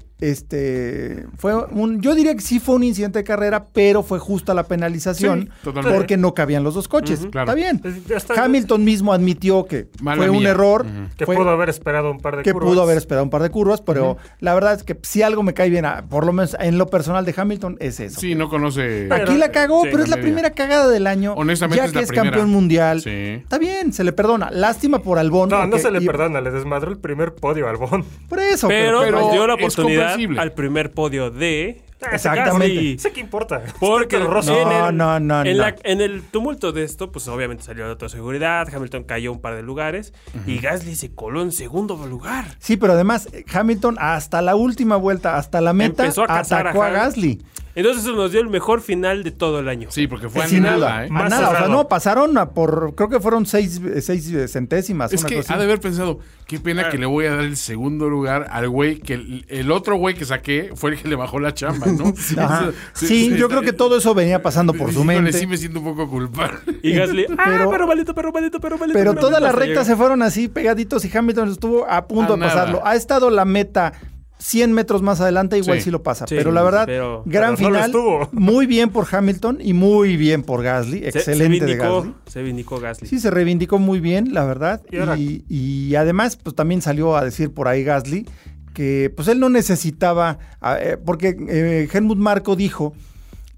Speaker 1: este, fue un, yo diría que sí fue un incidente de carrera, pero fue justa la penalización
Speaker 2: Sí, totalmente.
Speaker 1: porque no cabían los dos coches.
Speaker 2: claro.
Speaker 1: Está bien.
Speaker 4: Pues, ya está.
Speaker 1: Hamilton mismo admitió que
Speaker 2: Mala
Speaker 1: fue un
Speaker 2: mía.
Speaker 1: error.
Speaker 2: Ujú.
Speaker 4: Que
Speaker 1: fue-
Speaker 4: pudo haber esperado un par de
Speaker 1: que
Speaker 4: curvas.
Speaker 1: pudo haber esperado un par de curvas, pero la verdad es que si algo me cae bien, ah, por lo menos en lo personal de Hamilton, es eso.
Speaker 2: Sí, no conoce.
Speaker 4: Pero-
Speaker 1: Aquí la cagó,
Speaker 3: Sí,
Speaker 1: pero es la
Speaker 2: la
Speaker 1: primera
Speaker 2: media.
Speaker 1: cagada del año.
Speaker 2: Honestamente,
Speaker 1: ya
Speaker 2: es
Speaker 1: que
Speaker 2: la
Speaker 1: es
Speaker 2: primera.
Speaker 1: campeón mundial.
Speaker 2: Sí.
Speaker 1: Está bien, se le perdona. Lástima por Albón.
Speaker 4: No, no
Speaker 1: porque
Speaker 4: se le
Speaker 1: iba-
Speaker 4: perdona, le desmadró el primer podio al Albon.
Speaker 1: Por eso. pues
Speaker 3: Pero,
Speaker 2: pero
Speaker 3: nos dio la
Speaker 2: es
Speaker 3: oportunidad
Speaker 2: comprensible.
Speaker 3: al primer podio de.
Speaker 1: Exactamente.
Speaker 3: Sí.
Speaker 4: Sé que importa.
Speaker 3: Porque
Speaker 4: Pero Rossi-
Speaker 1: No, no, no,
Speaker 3: en,
Speaker 1: no.
Speaker 3: la- en el tumulto de esto, pues obviamente salió la autoseguridad, Hamilton cayó un par de lugares y Gasly se coló en segundo lugar.
Speaker 1: Sí, pero además, eh, Hamilton hasta la última vuelta, hasta la meta,
Speaker 3: Empezó a cazar
Speaker 1: atacó a,
Speaker 3: a Ham-
Speaker 1: Gasly.
Speaker 3: Entonces eso nos dio el mejor final de todo el año.
Speaker 2: Sí, porque fue a
Speaker 1: Sin
Speaker 2: nada,
Speaker 1: duda.
Speaker 2: ¿eh?
Speaker 1: A
Speaker 4: Más
Speaker 1: nada, o sea,
Speaker 4: cerrado.
Speaker 1: no, pasaron a por, creo que fueron seis, eh, seis eh, centésimas.
Speaker 2: Es
Speaker 1: una
Speaker 2: que
Speaker 1: cosa
Speaker 2: ha
Speaker 1: así.
Speaker 2: de haber pensado, qué pena que le voy a dar el segundo lugar al güey que el, el otro güey que saqué fue el que le bajó la chamba, ¿no?
Speaker 1: Ajá.
Speaker 2: Entonces,
Speaker 1: Sí, yo creo que todo eso venía pasando por su
Speaker 2: Híjole,
Speaker 1: mente.
Speaker 2: Sí me siento un poco culpable.
Speaker 3: Y Gasly,
Speaker 1: Pero-
Speaker 3: ah, pero malito, pero malito, pero malito.
Speaker 1: Pero todas las rectas
Speaker 3: rectas
Speaker 1: se fueron así pegaditos y Hamilton estuvo a punto
Speaker 2: A
Speaker 1: de pasarlo.
Speaker 2: nada.
Speaker 1: Ha estado la meta 100 metros más adelante, igual sí,
Speaker 2: Sí.
Speaker 1: lo pasa.
Speaker 3: Sí,
Speaker 1: pero la verdad,
Speaker 3: pero-
Speaker 1: gran
Speaker 4: pero no lo
Speaker 1: final.
Speaker 4: estuvo.
Speaker 1: muy bien por Hamilton y muy bien por Gasly. Excelente de
Speaker 3: vindicó,
Speaker 1: Gasly.
Speaker 3: Se vindicó Gasly.
Speaker 1: Sí, se reivindicó muy bien, la verdad.
Speaker 4: Y ahora-
Speaker 1: Y, y además, pues también salió a decir por ahí Gasly que pues él no necesitaba, a- eh, porque eh, Helmut Marco dijo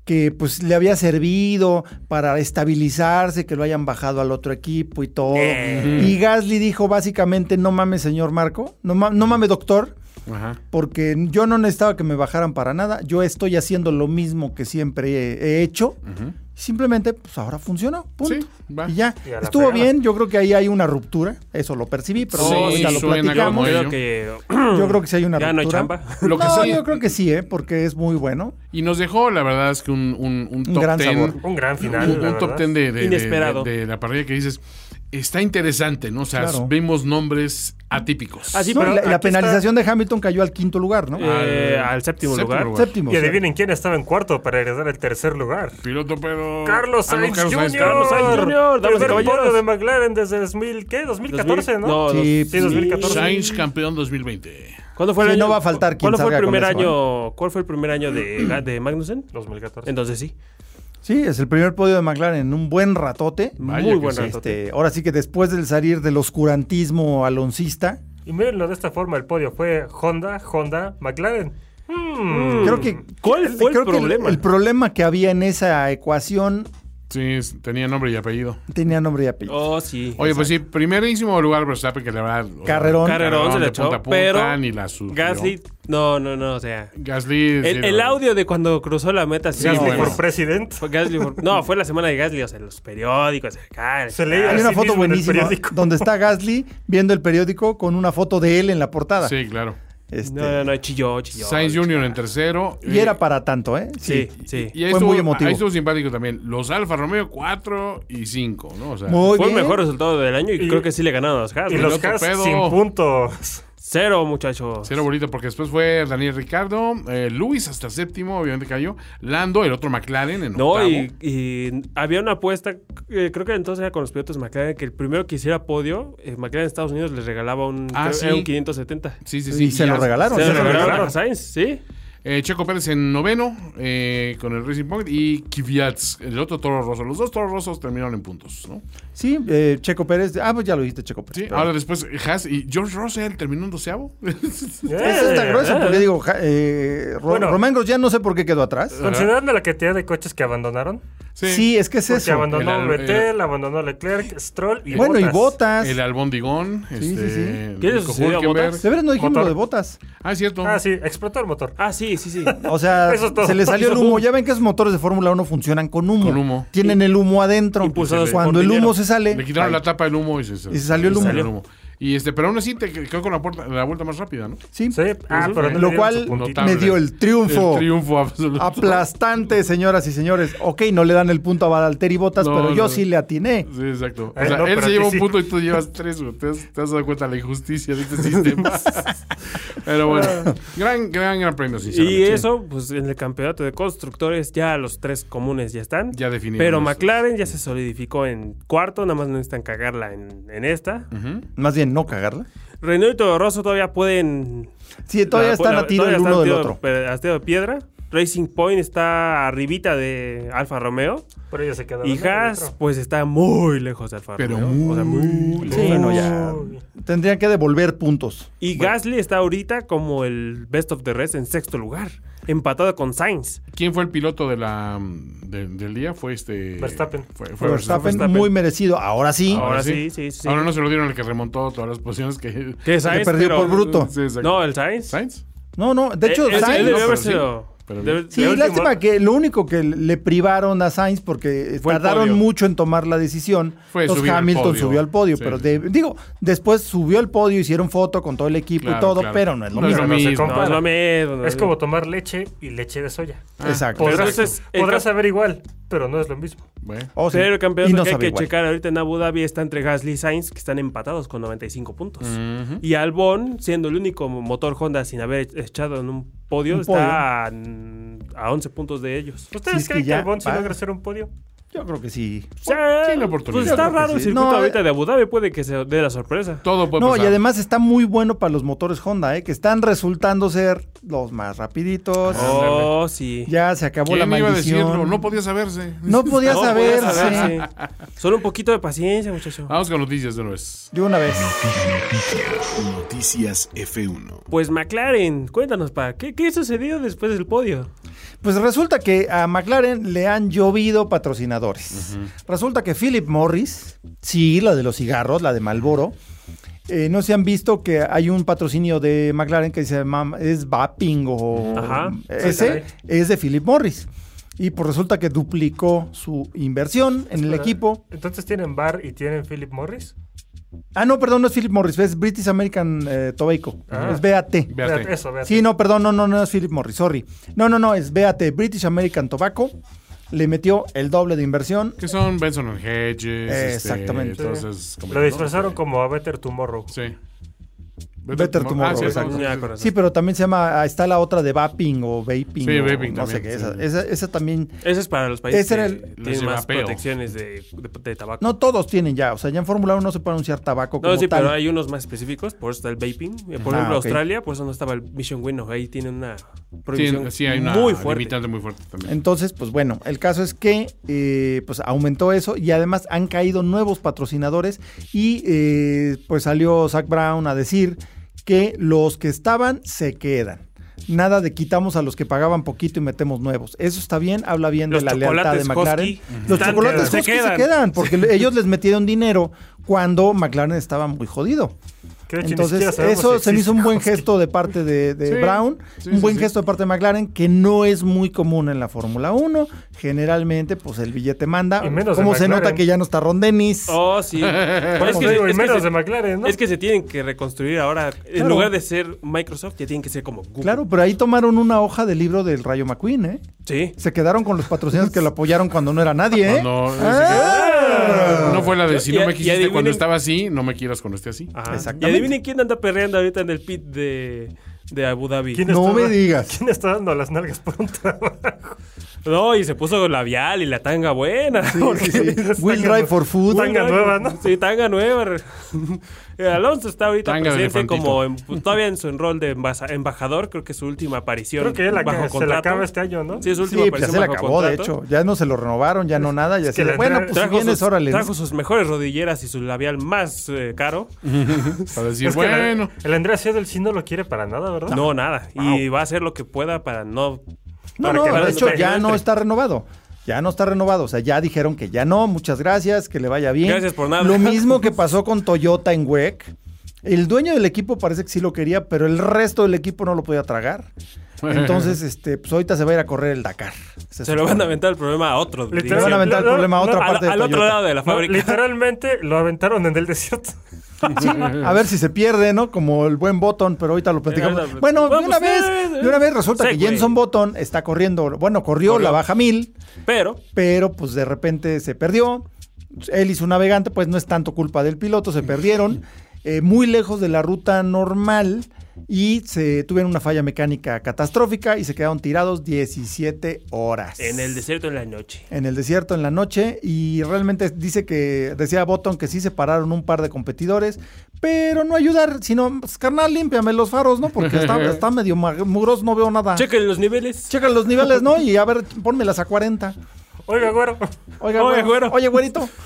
Speaker 1: que pues le había servido para estabilizarse, que lo hayan bajado al otro equipo y todo. Y Gasly dijo básicamente, no mames señor Marco, no, ma- no mames doctor,
Speaker 2: Ajá.
Speaker 1: porque yo no necesitaba que me bajaran para nada, yo estoy haciendo lo mismo que siempre he, he hecho. Simplemente, pues ahora funcionó. Punto.
Speaker 2: Sí, va.
Speaker 1: Y ya.
Speaker 4: Y a la
Speaker 1: Estuvo
Speaker 4: fregada.
Speaker 1: bien, yo creo que ahí hay una ruptura. Eso lo percibí, pero
Speaker 2: Sí,
Speaker 1: ahorita lo
Speaker 2: suena como
Speaker 1: platicamos.
Speaker 2: ello.
Speaker 3: Creo que
Speaker 1: Yo creo que sí hay una
Speaker 3: ya no hay
Speaker 1: ruptura.
Speaker 3: chamba.
Speaker 2: Lo que
Speaker 1: no,
Speaker 2: sí-
Speaker 1: yo creo que sí, ¿eh? porque es muy bueno.
Speaker 2: Y nos dejó, la verdad, es que un, un, un
Speaker 1: Un
Speaker 2: top
Speaker 1: gran
Speaker 2: ten.
Speaker 1: sabor.
Speaker 4: Un gran final.
Speaker 2: un,
Speaker 4: la
Speaker 2: un top
Speaker 4: verdad.
Speaker 2: ten de, de- de-
Speaker 3: Inesperado.
Speaker 2: de- de la parrilla que dices, está interesante, ¿no? O sea,
Speaker 1: Claro.
Speaker 2: vimos nombres atípicos.
Speaker 3: Ah, sí,
Speaker 1: No,
Speaker 3: pero
Speaker 1: y la, y la
Speaker 3: aquí
Speaker 1: penalización de Hamilton cayó al quinto lugar, ¿no?
Speaker 2: Ah,
Speaker 3: Eh, al séptimo,
Speaker 2: Séptimo
Speaker 3: lugar.
Speaker 2: lugar.
Speaker 1: Séptimo.
Speaker 4: Y
Speaker 1: o sea.
Speaker 4: adivinen quién estaba en cuarto para regresar al tercer lugar.
Speaker 2: Piloto pedo.
Speaker 4: Carlos
Speaker 2: Ah, no,
Speaker 4: Sainz
Speaker 2: Carlos
Speaker 4: Jr.
Speaker 3: Carlos Sainz Jr., damas y
Speaker 4: Primer
Speaker 3: caballeros.
Speaker 4: podio de McLaren desde 2000, ¿qué? 2014,
Speaker 3: 2000,
Speaker 4: ¿no?
Speaker 3: No,
Speaker 1: Sí,
Speaker 3: dos-
Speaker 4: sí, 2014.
Speaker 2: Sainz campeón 2020.
Speaker 3: ¿Cuándo fue el
Speaker 1: Sí,
Speaker 3: año?
Speaker 1: no va a faltar quien
Speaker 3: ¿Cuándo fue el
Speaker 1: salga con
Speaker 3: primer
Speaker 1: eso,
Speaker 2: ¿eh?
Speaker 3: año? ¿Cuál fue el primer año
Speaker 2: Mm.
Speaker 3: de, de Magnussen?
Speaker 4: 2014.
Speaker 3: Entonces sí.
Speaker 1: Sí, es el primer podio de McLaren en un buen ratote.
Speaker 2: Vaya
Speaker 3: muy
Speaker 2: que
Speaker 3: buen
Speaker 2: sí.
Speaker 3: rato.
Speaker 1: Este, ahora sí que después del salir del oscurantismo aloncista,
Speaker 4: Y mírenlo de esta forma, el podio fue Honda, Honda, McLaren. Mm.
Speaker 1: creo que...
Speaker 3: ¿Cuál fue el
Speaker 1: creo que
Speaker 3: problema?
Speaker 1: el problema que había en esa ecuación
Speaker 2: Sí, es- tenía nombre y apellido.
Speaker 1: tenía nombre y apellido.
Speaker 3: Oh, sí.
Speaker 2: Oye, pues sí, primerísimo lugar Verstappen, que la verdad. o sea,
Speaker 1: Carrerón.
Speaker 3: Carrerón se
Speaker 2: de
Speaker 3: le echó,
Speaker 2: punta a punta,
Speaker 3: pero
Speaker 2: ni la sufrió.
Speaker 3: Gasly, no, no, no, o sea,
Speaker 2: Gasly. sí,
Speaker 3: el,
Speaker 2: la
Speaker 3: el
Speaker 2: verdad.
Speaker 3: audio de cuando cruzó la meta, sí,
Speaker 2: Gasly
Speaker 3: fue-
Speaker 2: bueno.
Speaker 4: Por presidente.
Speaker 3: fue Gasly por- no, fue la semana de Gasly, o sea, los periódicos, acá,
Speaker 4: Se leía
Speaker 1: Hay
Speaker 4: así
Speaker 1: una foto
Speaker 4: mismo en el
Speaker 1: buenísima
Speaker 4: periódico.
Speaker 1: donde está Gasly viendo el periódico con una foto de él en la portada.
Speaker 2: Sí, claro.
Speaker 1: Este,
Speaker 3: no, no, no, chilló, chilló.
Speaker 2: Sainz Jr. en tercero.
Speaker 1: Y era para tanto, ¿eh?
Speaker 3: Sí, sí.
Speaker 2: Y ahí
Speaker 1: Fue
Speaker 2: estuvo,
Speaker 1: muy emotivo.
Speaker 2: ahí estuvo simpático también. Los Alfa Romeo 4 y 5, ¿no? O sea,
Speaker 1: Muy
Speaker 3: Fue
Speaker 1: bien.
Speaker 3: el mejor resultado del año y,
Speaker 4: Y-
Speaker 3: creo que sí le ganaron a los
Speaker 4: Y
Speaker 3: Gasly.
Speaker 4: los
Speaker 2: Piloto
Speaker 4: Cars
Speaker 2: pedo.
Speaker 4: sin puntos.
Speaker 3: Cero, muchachos.
Speaker 2: Cero bonito, porque después fue Daniel Ricardo, eh, Luis hasta séptimo, obviamente cayó. Lando, el otro McLaren en
Speaker 3: No,
Speaker 2: octavo.
Speaker 3: y, y había una apuesta, eh, creo que entonces era con los pilotos McLaren, que el primero que hiciera podio, eh, McLaren en Estados Unidos les regalaba un,
Speaker 2: Ah,
Speaker 3: creo-
Speaker 2: sí.
Speaker 3: era un 570.
Speaker 2: Sí, sí,
Speaker 1: Y
Speaker 2: sí.
Speaker 1: se lo regalaron.
Speaker 3: Se
Speaker 1: Se
Speaker 3: lo
Speaker 1: lo
Speaker 3: regalaron
Speaker 4: regalaron.
Speaker 3: a Sainz, sí.
Speaker 2: Eh, Checo Pérez en noveno eh, con el Racing Point y Kvyat, el otro toro roso. Los dos toros rosos terminaron en puntos, ¿no?
Speaker 1: Sí, eh, Checo Pérez. Ah, pues ya lo dijiste, Checo
Speaker 2: Sí,
Speaker 1: Pérez.
Speaker 2: ahora después Haas y George Russell terminó en doceavo.
Speaker 1: Eso está
Speaker 4: Eh,
Speaker 1: grueso
Speaker 4: eh.
Speaker 1: porque digo, ja- eh, Ro-
Speaker 4: Bueno.
Speaker 1: Román Grosjean no sé por qué quedó atrás.
Speaker 4: Considerando la cantidad de coches que abandonaron,
Speaker 1: Sí, es que es
Speaker 4: porque
Speaker 1: eso.
Speaker 4: abandonó
Speaker 2: El- el-
Speaker 4: Vettel, abandonó Leclerc, Stroll y
Speaker 1: bueno, y
Speaker 4: Bottas.
Speaker 1: Botas.
Speaker 2: El albondigón.
Speaker 1: sí,
Speaker 2: este,
Speaker 1: sí.
Speaker 3: ¿Qué le
Speaker 2: Nico
Speaker 3: sucedió a
Speaker 2: Hülkenberg.
Speaker 3: Bottas?
Speaker 1: De veras no dijimos
Speaker 4: Motor.
Speaker 1: lo de Botas.
Speaker 2: Ah, es cierto.
Speaker 4: Ah, sí, explotó el motor.
Speaker 3: Ah, sí, sí, sí.
Speaker 1: O sea,
Speaker 4: Eso es todo.
Speaker 1: se le salió el
Speaker 4: Hizo
Speaker 1: humo.
Speaker 4: boom.
Speaker 1: Ya ven que esos motores de Fórmula 1 funcionan con humo.
Speaker 2: Con humo.
Speaker 1: Tienen el humo adentro.
Speaker 3: Impulsados
Speaker 1: Cuando
Speaker 3: por
Speaker 1: el humo
Speaker 3: dinero.
Speaker 1: se sale.
Speaker 2: Le quitaron
Speaker 1: ay,
Speaker 2: la tapa del humo y se,
Speaker 1: Y se salió el
Speaker 2: y
Speaker 1: humo.
Speaker 2: Y este, pero aún así te quedó con la, puerta- la vuelta más rápida, ¿no?
Speaker 1: Sí.
Speaker 4: Sí, ah, pero no le
Speaker 1: Lo
Speaker 4: dieron
Speaker 1: cual
Speaker 4: su puntito.
Speaker 2: Notable.
Speaker 1: me dio el triunfo.
Speaker 2: El triunfo absoluto.
Speaker 1: Aplastante, señalas y señores. Ok, no le dan el punto a Valtteri Botas,
Speaker 2: No,
Speaker 1: pero yo
Speaker 2: no.
Speaker 1: sí le atiné.
Speaker 2: Sí, exacto. O
Speaker 4: Ay,
Speaker 2: sea,
Speaker 4: Eh, no,
Speaker 2: él
Speaker 4: pero
Speaker 2: se
Speaker 4: a
Speaker 2: lleva
Speaker 4: ti
Speaker 2: un
Speaker 4: sí.
Speaker 2: punto y tú llevas tres, güey. ¿Te has, te has dado cuenta de la injusticia de este sistema. pero bueno,
Speaker 1: Ah.
Speaker 2: gran, gran, gran premio,
Speaker 3: Y
Speaker 2: sinceramente.
Speaker 3: eso, pues en el campeonato de constructores ya los tres comunes ya están.
Speaker 2: Ya definieron
Speaker 3: Pero
Speaker 2: los
Speaker 3: McLaren ya se solidificó en cuarto, nada más no necesitan cagarla en, en esta.
Speaker 2: Mm.
Speaker 1: Más bien, no cagarla.
Speaker 3: Renault y Toro Rosso todavía pueden...
Speaker 1: Sí, todavía
Speaker 3: la-
Speaker 1: están
Speaker 3: la-
Speaker 1: a tiro
Speaker 3: todavía
Speaker 1: el uno
Speaker 3: están
Speaker 1: del
Speaker 3: tiro-
Speaker 1: otro.
Speaker 3: pe- a tiro de piedra. Racing Point está arribita de Alfa Romeo.
Speaker 4: Pero ellos se quedaron.
Speaker 3: Y
Speaker 4: en el
Speaker 3: Haas,
Speaker 4: otro.
Speaker 3: pues está muy lejos de Alfa
Speaker 2: Pero
Speaker 3: Romeo. O sea,
Speaker 2: muy
Speaker 1: Sí, no, ya.
Speaker 4: Uy.
Speaker 1: Tendrían que devolver puntos.
Speaker 3: Y Gasly está ahorita como el best of the rest en sexto lugar, empatado con Sainz.
Speaker 2: ¿Quién fue el piloto de la, mm, de- del día? Fue este.
Speaker 4: Verstappen.
Speaker 2: Fue, fue
Speaker 1: Fue Verstappen,
Speaker 2: Verstappen.
Speaker 1: muy merecido. Ahora sí.
Speaker 3: Ahora
Speaker 2: sí.
Speaker 3: sí, sí, sí.
Speaker 2: Ahora no se lo dieron el que remontó todas las posiciones que.
Speaker 3: Que
Speaker 1: Que perdió por bruto.
Speaker 2: Sí, exacto.
Speaker 3: No, el Sainz.
Speaker 2: ¿Sainz?
Speaker 1: No, no. De hecho,
Speaker 3: Eh, él-
Speaker 1: Sainz.
Speaker 3: Él debió
Speaker 2: No,
Speaker 3: haber
Speaker 2: pero sí.
Speaker 3: sido.
Speaker 2: Pero
Speaker 3: debe-
Speaker 1: Sí,
Speaker 3: debe-
Speaker 1: lástima que lo único que le privaron a Sainz porque
Speaker 3: Fue el
Speaker 1: tardaron
Speaker 3: podio.
Speaker 1: mucho en tomar la decisión.
Speaker 2: Fue
Speaker 1: Entonces
Speaker 2: subir al
Speaker 1: Hamilton
Speaker 2: podio.
Speaker 1: subió al podio,
Speaker 2: Sí.
Speaker 1: pero de- digo, después subió al podio, hicieron foto con todo el equipo y
Speaker 2: Claro,
Speaker 1: todo,
Speaker 2: claro.
Speaker 1: pero no es lo
Speaker 2: No es
Speaker 1: mismo.
Speaker 4: Pero no se
Speaker 2: mismo.
Speaker 3: No,
Speaker 4: compara.
Speaker 3: es lo mismo, no
Speaker 4: Es como tomar leche y leche de soya.
Speaker 2: Ah,
Speaker 1: Exacto.
Speaker 3: Pero
Speaker 4: Podrás,
Speaker 3: entonces, el
Speaker 4: podrás
Speaker 3: cap-
Speaker 4: saber igual, pero no es lo mismo.
Speaker 2: Bueno.
Speaker 1: Oh, sí.
Speaker 3: Pero el campeonato
Speaker 1: Y no
Speaker 3: que hay
Speaker 1: sabe
Speaker 3: que
Speaker 1: igual.
Speaker 3: checar ahorita en Abu Dhabi está entre Gasly y Sainz, que están empatados con 95 puntos. Y Albon, siendo el único motor Honda sin haber echado en un podio,
Speaker 1: Un
Speaker 3: está a, a 11 puntos de ellos.
Speaker 4: ¿Ustedes
Speaker 1: Si es que
Speaker 4: creen que,
Speaker 1: ya
Speaker 4: Albon si
Speaker 1: va.
Speaker 4: logra hacer un podio?
Speaker 1: Yo creo que sí.
Speaker 3: O sea,
Speaker 2: tiene oportunidad.
Speaker 3: Pues
Speaker 1: Yo
Speaker 3: está
Speaker 1: creo que
Speaker 3: raro el
Speaker 1: sí.
Speaker 3: circuito
Speaker 1: No,
Speaker 3: ahorita
Speaker 1: eh.
Speaker 3: de Abu Dhabi, puede que se dé la sorpresa.
Speaker 2: Todo puede
Speaker 1: No,
Speaker 2: pasar.
Speaker 1: y además está muy bueno para los motores Honda, ¿eh? que están resultando ser los más rapiditos.
Speaker 3: Oh, sí.
Speaker 1: Ya se acabó la
Speaker 2: Ah. ¿Quién iba a decirlo?
Speaker 1: maldición.
Speaker 2: No podía saberse.
Speaker 1: No podía
Speaker 3: No, pues,
Speaker 1: saberse.
Speaker 3: podía saberse. Solo un poquito de paciencia, muchacho.
Speaker 1: Ah.
Speaker 2: Vamos con noticias de nuez.
Speaker 1: De una vez.
Speaker 5: Noticias F1.
Speaker 3: Pues McLaren, cuéntanos, pa, ¿qué, qué sucedió después del podio?
Speaker 1: Pues resulta que a McLaren le han llovido patrocinadores. Resulta que Philip Morris, sí, la de los cigarros, la de Malboro, no se han visto que hay un patrocinio de McLaren que se llama es Vaping o
Speaker 3: Ajá.
Speaker 1: ese es de Philip Morris. Y pues resulta que duplicó su inversión en el
Speaker 4: Espera,
Speaker 1: equipo.
Speaker 4: Entonces tienen Bar y tienen Philip Morris.
Speaker 1: Ah, no, perdón, no es Philip Morris, es British American eh, Tobacco.
Speaker 4: Ah.
Speaker 1: Es BAT.
Speaker 2: Véate.
Speaker 4: Vea- Eso, vea.
Speaker 1: Sí, no, perdón, no, no, no es Philip Morris, sorry. No, no, no, es BAT, British American Tobacco. Le metió el doble de inversión.
Speaker 2: Que son Benson and Hedges. este,
Speaker 1: Exactamente.
Speaker 2: entonces, como-
Speaker 4: Lo disfrazaron como a Better Tomorrow.
Speaker 2: Sí.
Speaker 1: Better Tomorrow,
Speaker 2: Ah, sí,
Speaker 1: exacto.
Speaker 3: Ya, corazón.
Speaker 1: Sí, pero también se llama, ah, está la otra de vaping o vaping.
Speaker 2: Sí,
Speaker 1: o
Speaker 2: vaping
Speaker 1: No sé
Speaker 2: también,
Speaker 1: qué,
Speaker 2: sí.
Speaker 1: esa, esa, esa también.
Speaker 3: Ese es para los países
Speaker 1: Ese era
Speaker 3: que
Speaker 1: el-
Speaker 2: los
Speaker 3: tienen
Speaker 2: de
Speaker 3: más
Speaker 2: vapeo.
Speaker 3: protecciones de, de- de tabaco.
Speaker 1: No todos tienen ya, o sea, ya en Fórmula 1 no se puede anunciar tabaco como
Speaker 3: No, sí,
Speaker 1: tal.
Speaker 3: pero hay unos más específicos, por eso está el vaping. Eh, Por
Speaker 1: Ah,
Speaker 3: ejemplo,
Speaker 1: ok.
Speaker 3: Australia, por eso no estaba el Mission Window. Ahí tiene una prohibición
Speaker 2: Sí, sí, hay una
Speaker 3: muy fuerte.
Speaker 2: limitante muy fuerte también.
Speaker 1: Entonces, pues bueno, el caso es que eh, pues aumentó eso y además han caído nuevos patrocinadores y eh, pues salió Zach Brown a decir que los que estaban se quedan. Nada de quitamos a los que pagaban poquito y metemos nuevos. Eso está bien, habla bien
Speaker 3: Los
Speaker 1: de la lealtad de
Speaker 3: chocolates
Speaker 1: McLaren.
Speaker 3: Husky
Speaker 1: los
Speaker 3: están-
Speaker 1: chocolates
Speaker 3: se
Speaker 1: Husky se quedan,
Speaker 3: quedan.
Speaker 1: porque ellos les metieron dinero cuando McLaren estaba muy jodido.
Speaker 4: Que de hecho ni siquiera
Speaker 1: Entonces,
Speaker 4: sabemos
Speaker 1: eso
Speaker 4: si
Speaker 1: se me hizo un buen
Speaker 4: existe.
Speaker 1: gesto de parte de, de
Speaker 2: Sí,
Speaker 1: Brown,
Speaker 2: sí,
Speaker 1: un
Speaker 2: sí,
Speaker 1: buen
Speaker 2: sí.
Speaker 1: gesto de parte de McLaren, que no es muy común en la Fórmula 1. Generalmente, pues el billete manda.
Speaker 4: Y menos de
Speaker 1: Como se
Speaker 4: McLaren.
Speaker 1: nota que ya no está Ron Dennis.
Speaker 3: Oh, sí. Pero es,
Speaker 4: Como
Speaker 3: que,
Speaker 4: digo, y
Speaker 3: es que
Speaker 4: menos
Speaker 3: se,
Speaker 4: de McLaren, ¿no?
Speaker 3: es que se tienen que reconstruir ahora.
Speaker 1: Claro.
Speaker 3: En lugar de ser Microsoft, ya tienen que ser como Google.
Speaker 1: Claro, pero ahí tomaron una hoja del libro del Rayo McQueen, ¿eh?
Speaker 3: Sí.
Speaker 1: Se quedaron con los patrocinadores que lo apoyaron cuando no era nadie, ¿eh?
Speaker 2: Cuando-
Speaker 1: Ah.
Speaker 2: No fue la de si
Speaker 3: Y-
Speaker 2: no me
Speaker 3: y
Speaker 2: quisiste
Speaker 3: adivinen-
Speaker 2: cuando estaba así, no me quieras cuando esté
Speaker 4: Ah.
Speaker 2: así.
Speaker 3: Ajá.
Speaker 1: Exactamente.
Speaker 3: Y adivinen quién anda perreando ahorita en el pit de, de Abu Dhabi.
Speaker 4: ¿Quién
Speaker 1: No
Speaker 4: está
Speaker 1: me
Speaker 4: da-
Speaker 1: digas.
Speaker 4: ¿Quién está dando las nalgas por un trabajo?
Speaker 3: No, y se puso labial y la tanga buena. porque-
Speaker 1: Will Drive for Food.
Speaker 4: Tanga nueva, ¿no?
Speaker 3: Sí, tanga nueva. Eh, Alonso está ahorita
Speaker 2: Tanga de
Speaker 3: presente
Speaker 2: elefantito.
Speaker 3: como en- pues, todavía en su rol de embasa- embajador, creo que es su última aparición.
Speaker 4: Creo que ya la,
Speaker 3: bajo
Speaker 4: se
Speaker 3: contrato.
Speaker 4: la acaba este año, ¿no?
Speaker 3: Sí, es su
Speaker 1: Sí,
Speaker 3: última
Speaker 1: pues ya
Speaker 3: aparición
Speaker 1: se le
Speaker 3: bajo
Speaker 1: acabó, de
Speaker 3: contrato.
Speaker 1: hecho. Ya no se lo renovaron, ya no nada. Ya
Speaker 4: que
Speaker 1: así de,
Speaker 4: la
Speaker 1: bueno,
Speaker 4: entrada-
Speaker 1: pues si
Speaker 3: Trajo,
Speaker 1: vienes,
Speaker 3: sus,
Speaker 1: órale. ¿no?
Speaker 3: trajo sus mejores rodilleras y su labial más eh, caro.
Speaker 2: Para decir,
Speaker 4: Es que la-
Speaker 2: bueno.
Speaker 4: el Andrea Seidel sí no lo quiere para nada, ¿verdad?
Speaker 3: No, nada. Y va a hacer lo que pueda para no.
Speaker 1: No,
Speaker 3: para
Speaker 1: no,
Speaker 3: que
Speaker 1: de hecho
Speaker 3: que
Speaker 1: ya no
Speaker 3: entre.
Speaker 1: está renovado. Ya no está renovado. O sea, ya dijeron que ya no. Muchas gracias, que le vaya bien.
Speaker 3: Gracias por nada.
Speaker 1: Lo mismo que pasó con Toyota en WEC. El dueño del equipo parece que sí lo quería, pero el resto del equipo no lo podía tragar. Entonces, este, pues ahorita se va a ir a correr el Dakar. Ese es
Speaker 3: Se lo
Speaker 1: otro.
Speaker 3: van a aventar el problema a otro.
Speaker 4: Literal-
Speaker 3: dice.
Speaker 1: Le van a aventar el
Speaker 4: No,
Speaker 1: problema a
Speaker 4: no,
Speaker 1: otra
Speaker 4: a
Speaker 3: Al-
Speaker 1: parte de
Speaker 3: al otro
Speaker 1: Toyota.
Speaker 3: lado de la
Speaker 4: No,
Speaker 3: fábrica.
Speaker 4: literalmente lo aventaron en el desierto.
Speaker 1: A ver si se pierde, ¿no? Como el buen Button, pero ahorita lo platicamos.
Speaker 3: Eh, ahorita-
Speaker 1: Bueno, de
Speaker 3: Vamos,
Speaker 1: una vez,
Speaker 3: eh, eh.
Speaker 1: de una vez resulta que
Speaker 3: Segway.
Speaker 1: Jenson Button está corriendo, bueno, corrió, la baja mil,
Speaker 3: Pero
Speaker 1: pero pues de repente se perdió. Él y su navegante, pues no es tanto culpa del piloto, se perdieron eh, muy lejos de la ruta normal y se tuvieron una falla mecánica catastrófica y se quedaron tirados 17 horas.
Speaker 3: en el desierto en la noche.
Speaker 1: en el desierto en la noche y realmente dice que decía Botton que sí separaron un par de competidores, pero no ayudar, sino pues, carnal, límpiame los faros, ¿no? Porque está, está medio ma- mugroso, no veo nada. Checa
Speaker 3: Chequen los niveles.
Speaker 1: los niveles, ¿no? Y a ver, pónmelas a 40.
Speaker 4: Oiga, güero.
Speaker 1: Oiga,
Speaker 3: Oye,
Speaker 1: güero,
Speaker 3: güero.
Speaker 1: oye, güerito.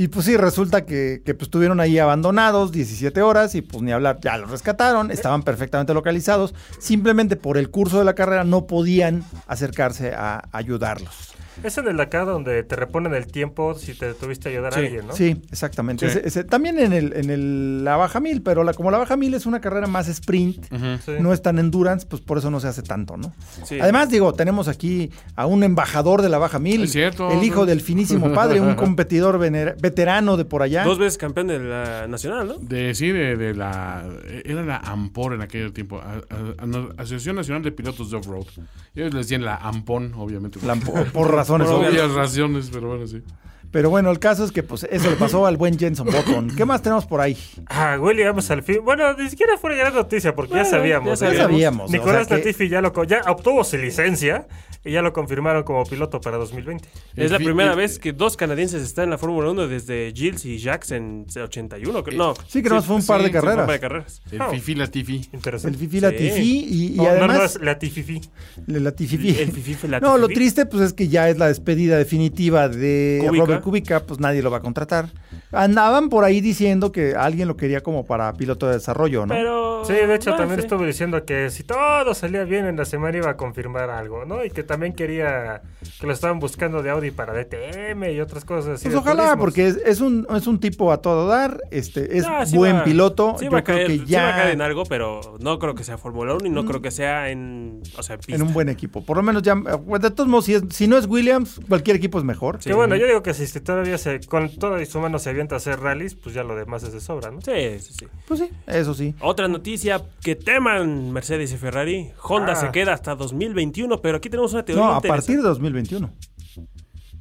Speaker 1: Y pues sí, resulta que, que, pues, estuvieron ahí abandonados 17 horas y pues ni hablar, ya los rescataron, estaban perfectamente localizados, simplemente por el curso de la carrera no podían acercarse a ayudarlos.
Speaker 4: Es en el Dakar donde te reponen el tiempo si te tuviste a ayudar
Speaker 3: Sí,
Speaker 4: a alguien, ¿no?
Speaker 1: Sí, exactamente.
Speaker 2: Sí.
Speaker 1: Ese- ese- también en el, en el- la baja mil, pero la, como la baja mil es una carrera más sprint,
Speaker 4: Sí.
Speaker 1: no es tan endurance, pues por eso no se hace tanto, ¿no?
Speaker 3: Sí.
Speaker 1: Además, digo, tenemos aquí a un embajador de la baja mil,
Speaker 2: Es cierto.
Speaker 1: el hijo del finísimo padre, un competidor venera- veterano de por allá.
Speaker 3: Dos veces campeón de la nacional, ¿no?
Speaker 2: De, sí, de, de la. Era la AMPOR en aquel tiempo. a- a- no, Asociación Nacional de Pilotos de Off-Road. Ellos le decían la AMPON, obviamente.
Speaker 1: La-
Speaker 2: por
Speaker 1: por, por razones obvias.
Speaker 2: obvias razones, pero bueno, sí.
Speaker 1: Pero bueno, el caso es que pues eso le pasó al buen Jenson Button. ¿Qué más tenemos por ahí?
Speaker 4: Ah, güey, llegamos al fin. Bueno, ni siquiera fue gran noticia porque ya sabíamos.
Speaker 3: ya
Speaker 4: ¿eh?
Speaker 1: Ya sabíamos.
Speaker 4: Nicolás
Speaker 1: o sea que-
Speaker 4: Latifi ya, lo, co- ya obtuvo su licencia y ya lo confirmaron como piloto para 2020.
Speaker 3: Es la
Speaker 2: El fi-
Speaker 3: primera
Speaker 2: el-
Speaker 3: vez que dos canadienses están en la Fórmula 1 desde Gilles y Jacques en 81. creo- No,
Speaker 1: sí, que nomás fue un
Speaker 2: sí,
Speaker 1: par de
Speaker 2: sí, fue un
Speaker 3: fue un
Speaker 1: carreras.
Speaker 3: par de carreras.
Speaker 2: El
Speaker 4: Oh.
Speaker 2: Fifi Latifi.
Speaker 1: El
Speaker 4: Interesante.
Speaker 1: Fifi
Speaker 3: Sí.
Speaker 1: Latifi y, y
Speaker 4: No, no,
Speaker 1: además...
Speaker 4: no, es Latififi.
Speaker 1: Le latififi.
Speaker 3: El Fifi fue la
Speaker 1: No, lo
Speaker 3: Tifi.
Speaker 1: triste pues es que ya es la despedida definitiva de
Speaker 3: Kubica.
Speaker 1: Robert Kubica, pues nadie lo va a contratar. Andaban por ahí diciendo que alguien lo quería como para piloto de desarrollo, ¿no?
Speaker 3: Pero.
Speaker 4: Sí, de hecho
Speaker 3: no
Speaker 4: también
Speaker 3: sé.
Speaker 4: estuvo diciendo que si todo salía bien en la semana iba a confirmar algo, ¿no? Y que también quería que lo estaban buscando de Audi para DTM y otras cosas. así
Speaker 1: pues
Speaker 4: de
Speaker 1: ojalá,
Speaker 4: turismos.
Speaker 1: porque es, es un, es un tipo a todo dar, este, es
Speaker 3: No, Ah, sí
Speaker 1: buen
Speaker 3: va-
Speaker 1: piloto.
Speaker 3: sí
Speaker 1: Yo
Speaker 3: va a
Speaker 1: creo
Speaker 3: caer-
Speaker 1: que
Speaker 3: sí
Speaker 1: ya
Speaker 3: va a caer en algo, pero no creo que sea Fórmula 1 y no creo que sea en. O sea, pista.
Speaker 1: en un buen equipo. Por lo menos ya, bueno, de todos modos, si, es- si no es Williams, cualquier equipo es mejor.
Speaker 4: Que bueno, yo digo que si este todavía se, con todo y su mano se avienta a hacer rallies, pues ya lo demás es de sobra, ¿no?
Speaker 3: Sí, sí, sí.
Speaker 1: Pues sí, eso sí.
Speaker 3: Otra noticia que teman Mercedes y Ferrari. Honda
Speaker 4: Ah.
Speaker 3: se queda hasta 2021, pero aquí tenemos una teoría.
Speaker 1: No, a
Speaker 3: interesante.
Speaker 1: partir de 2021.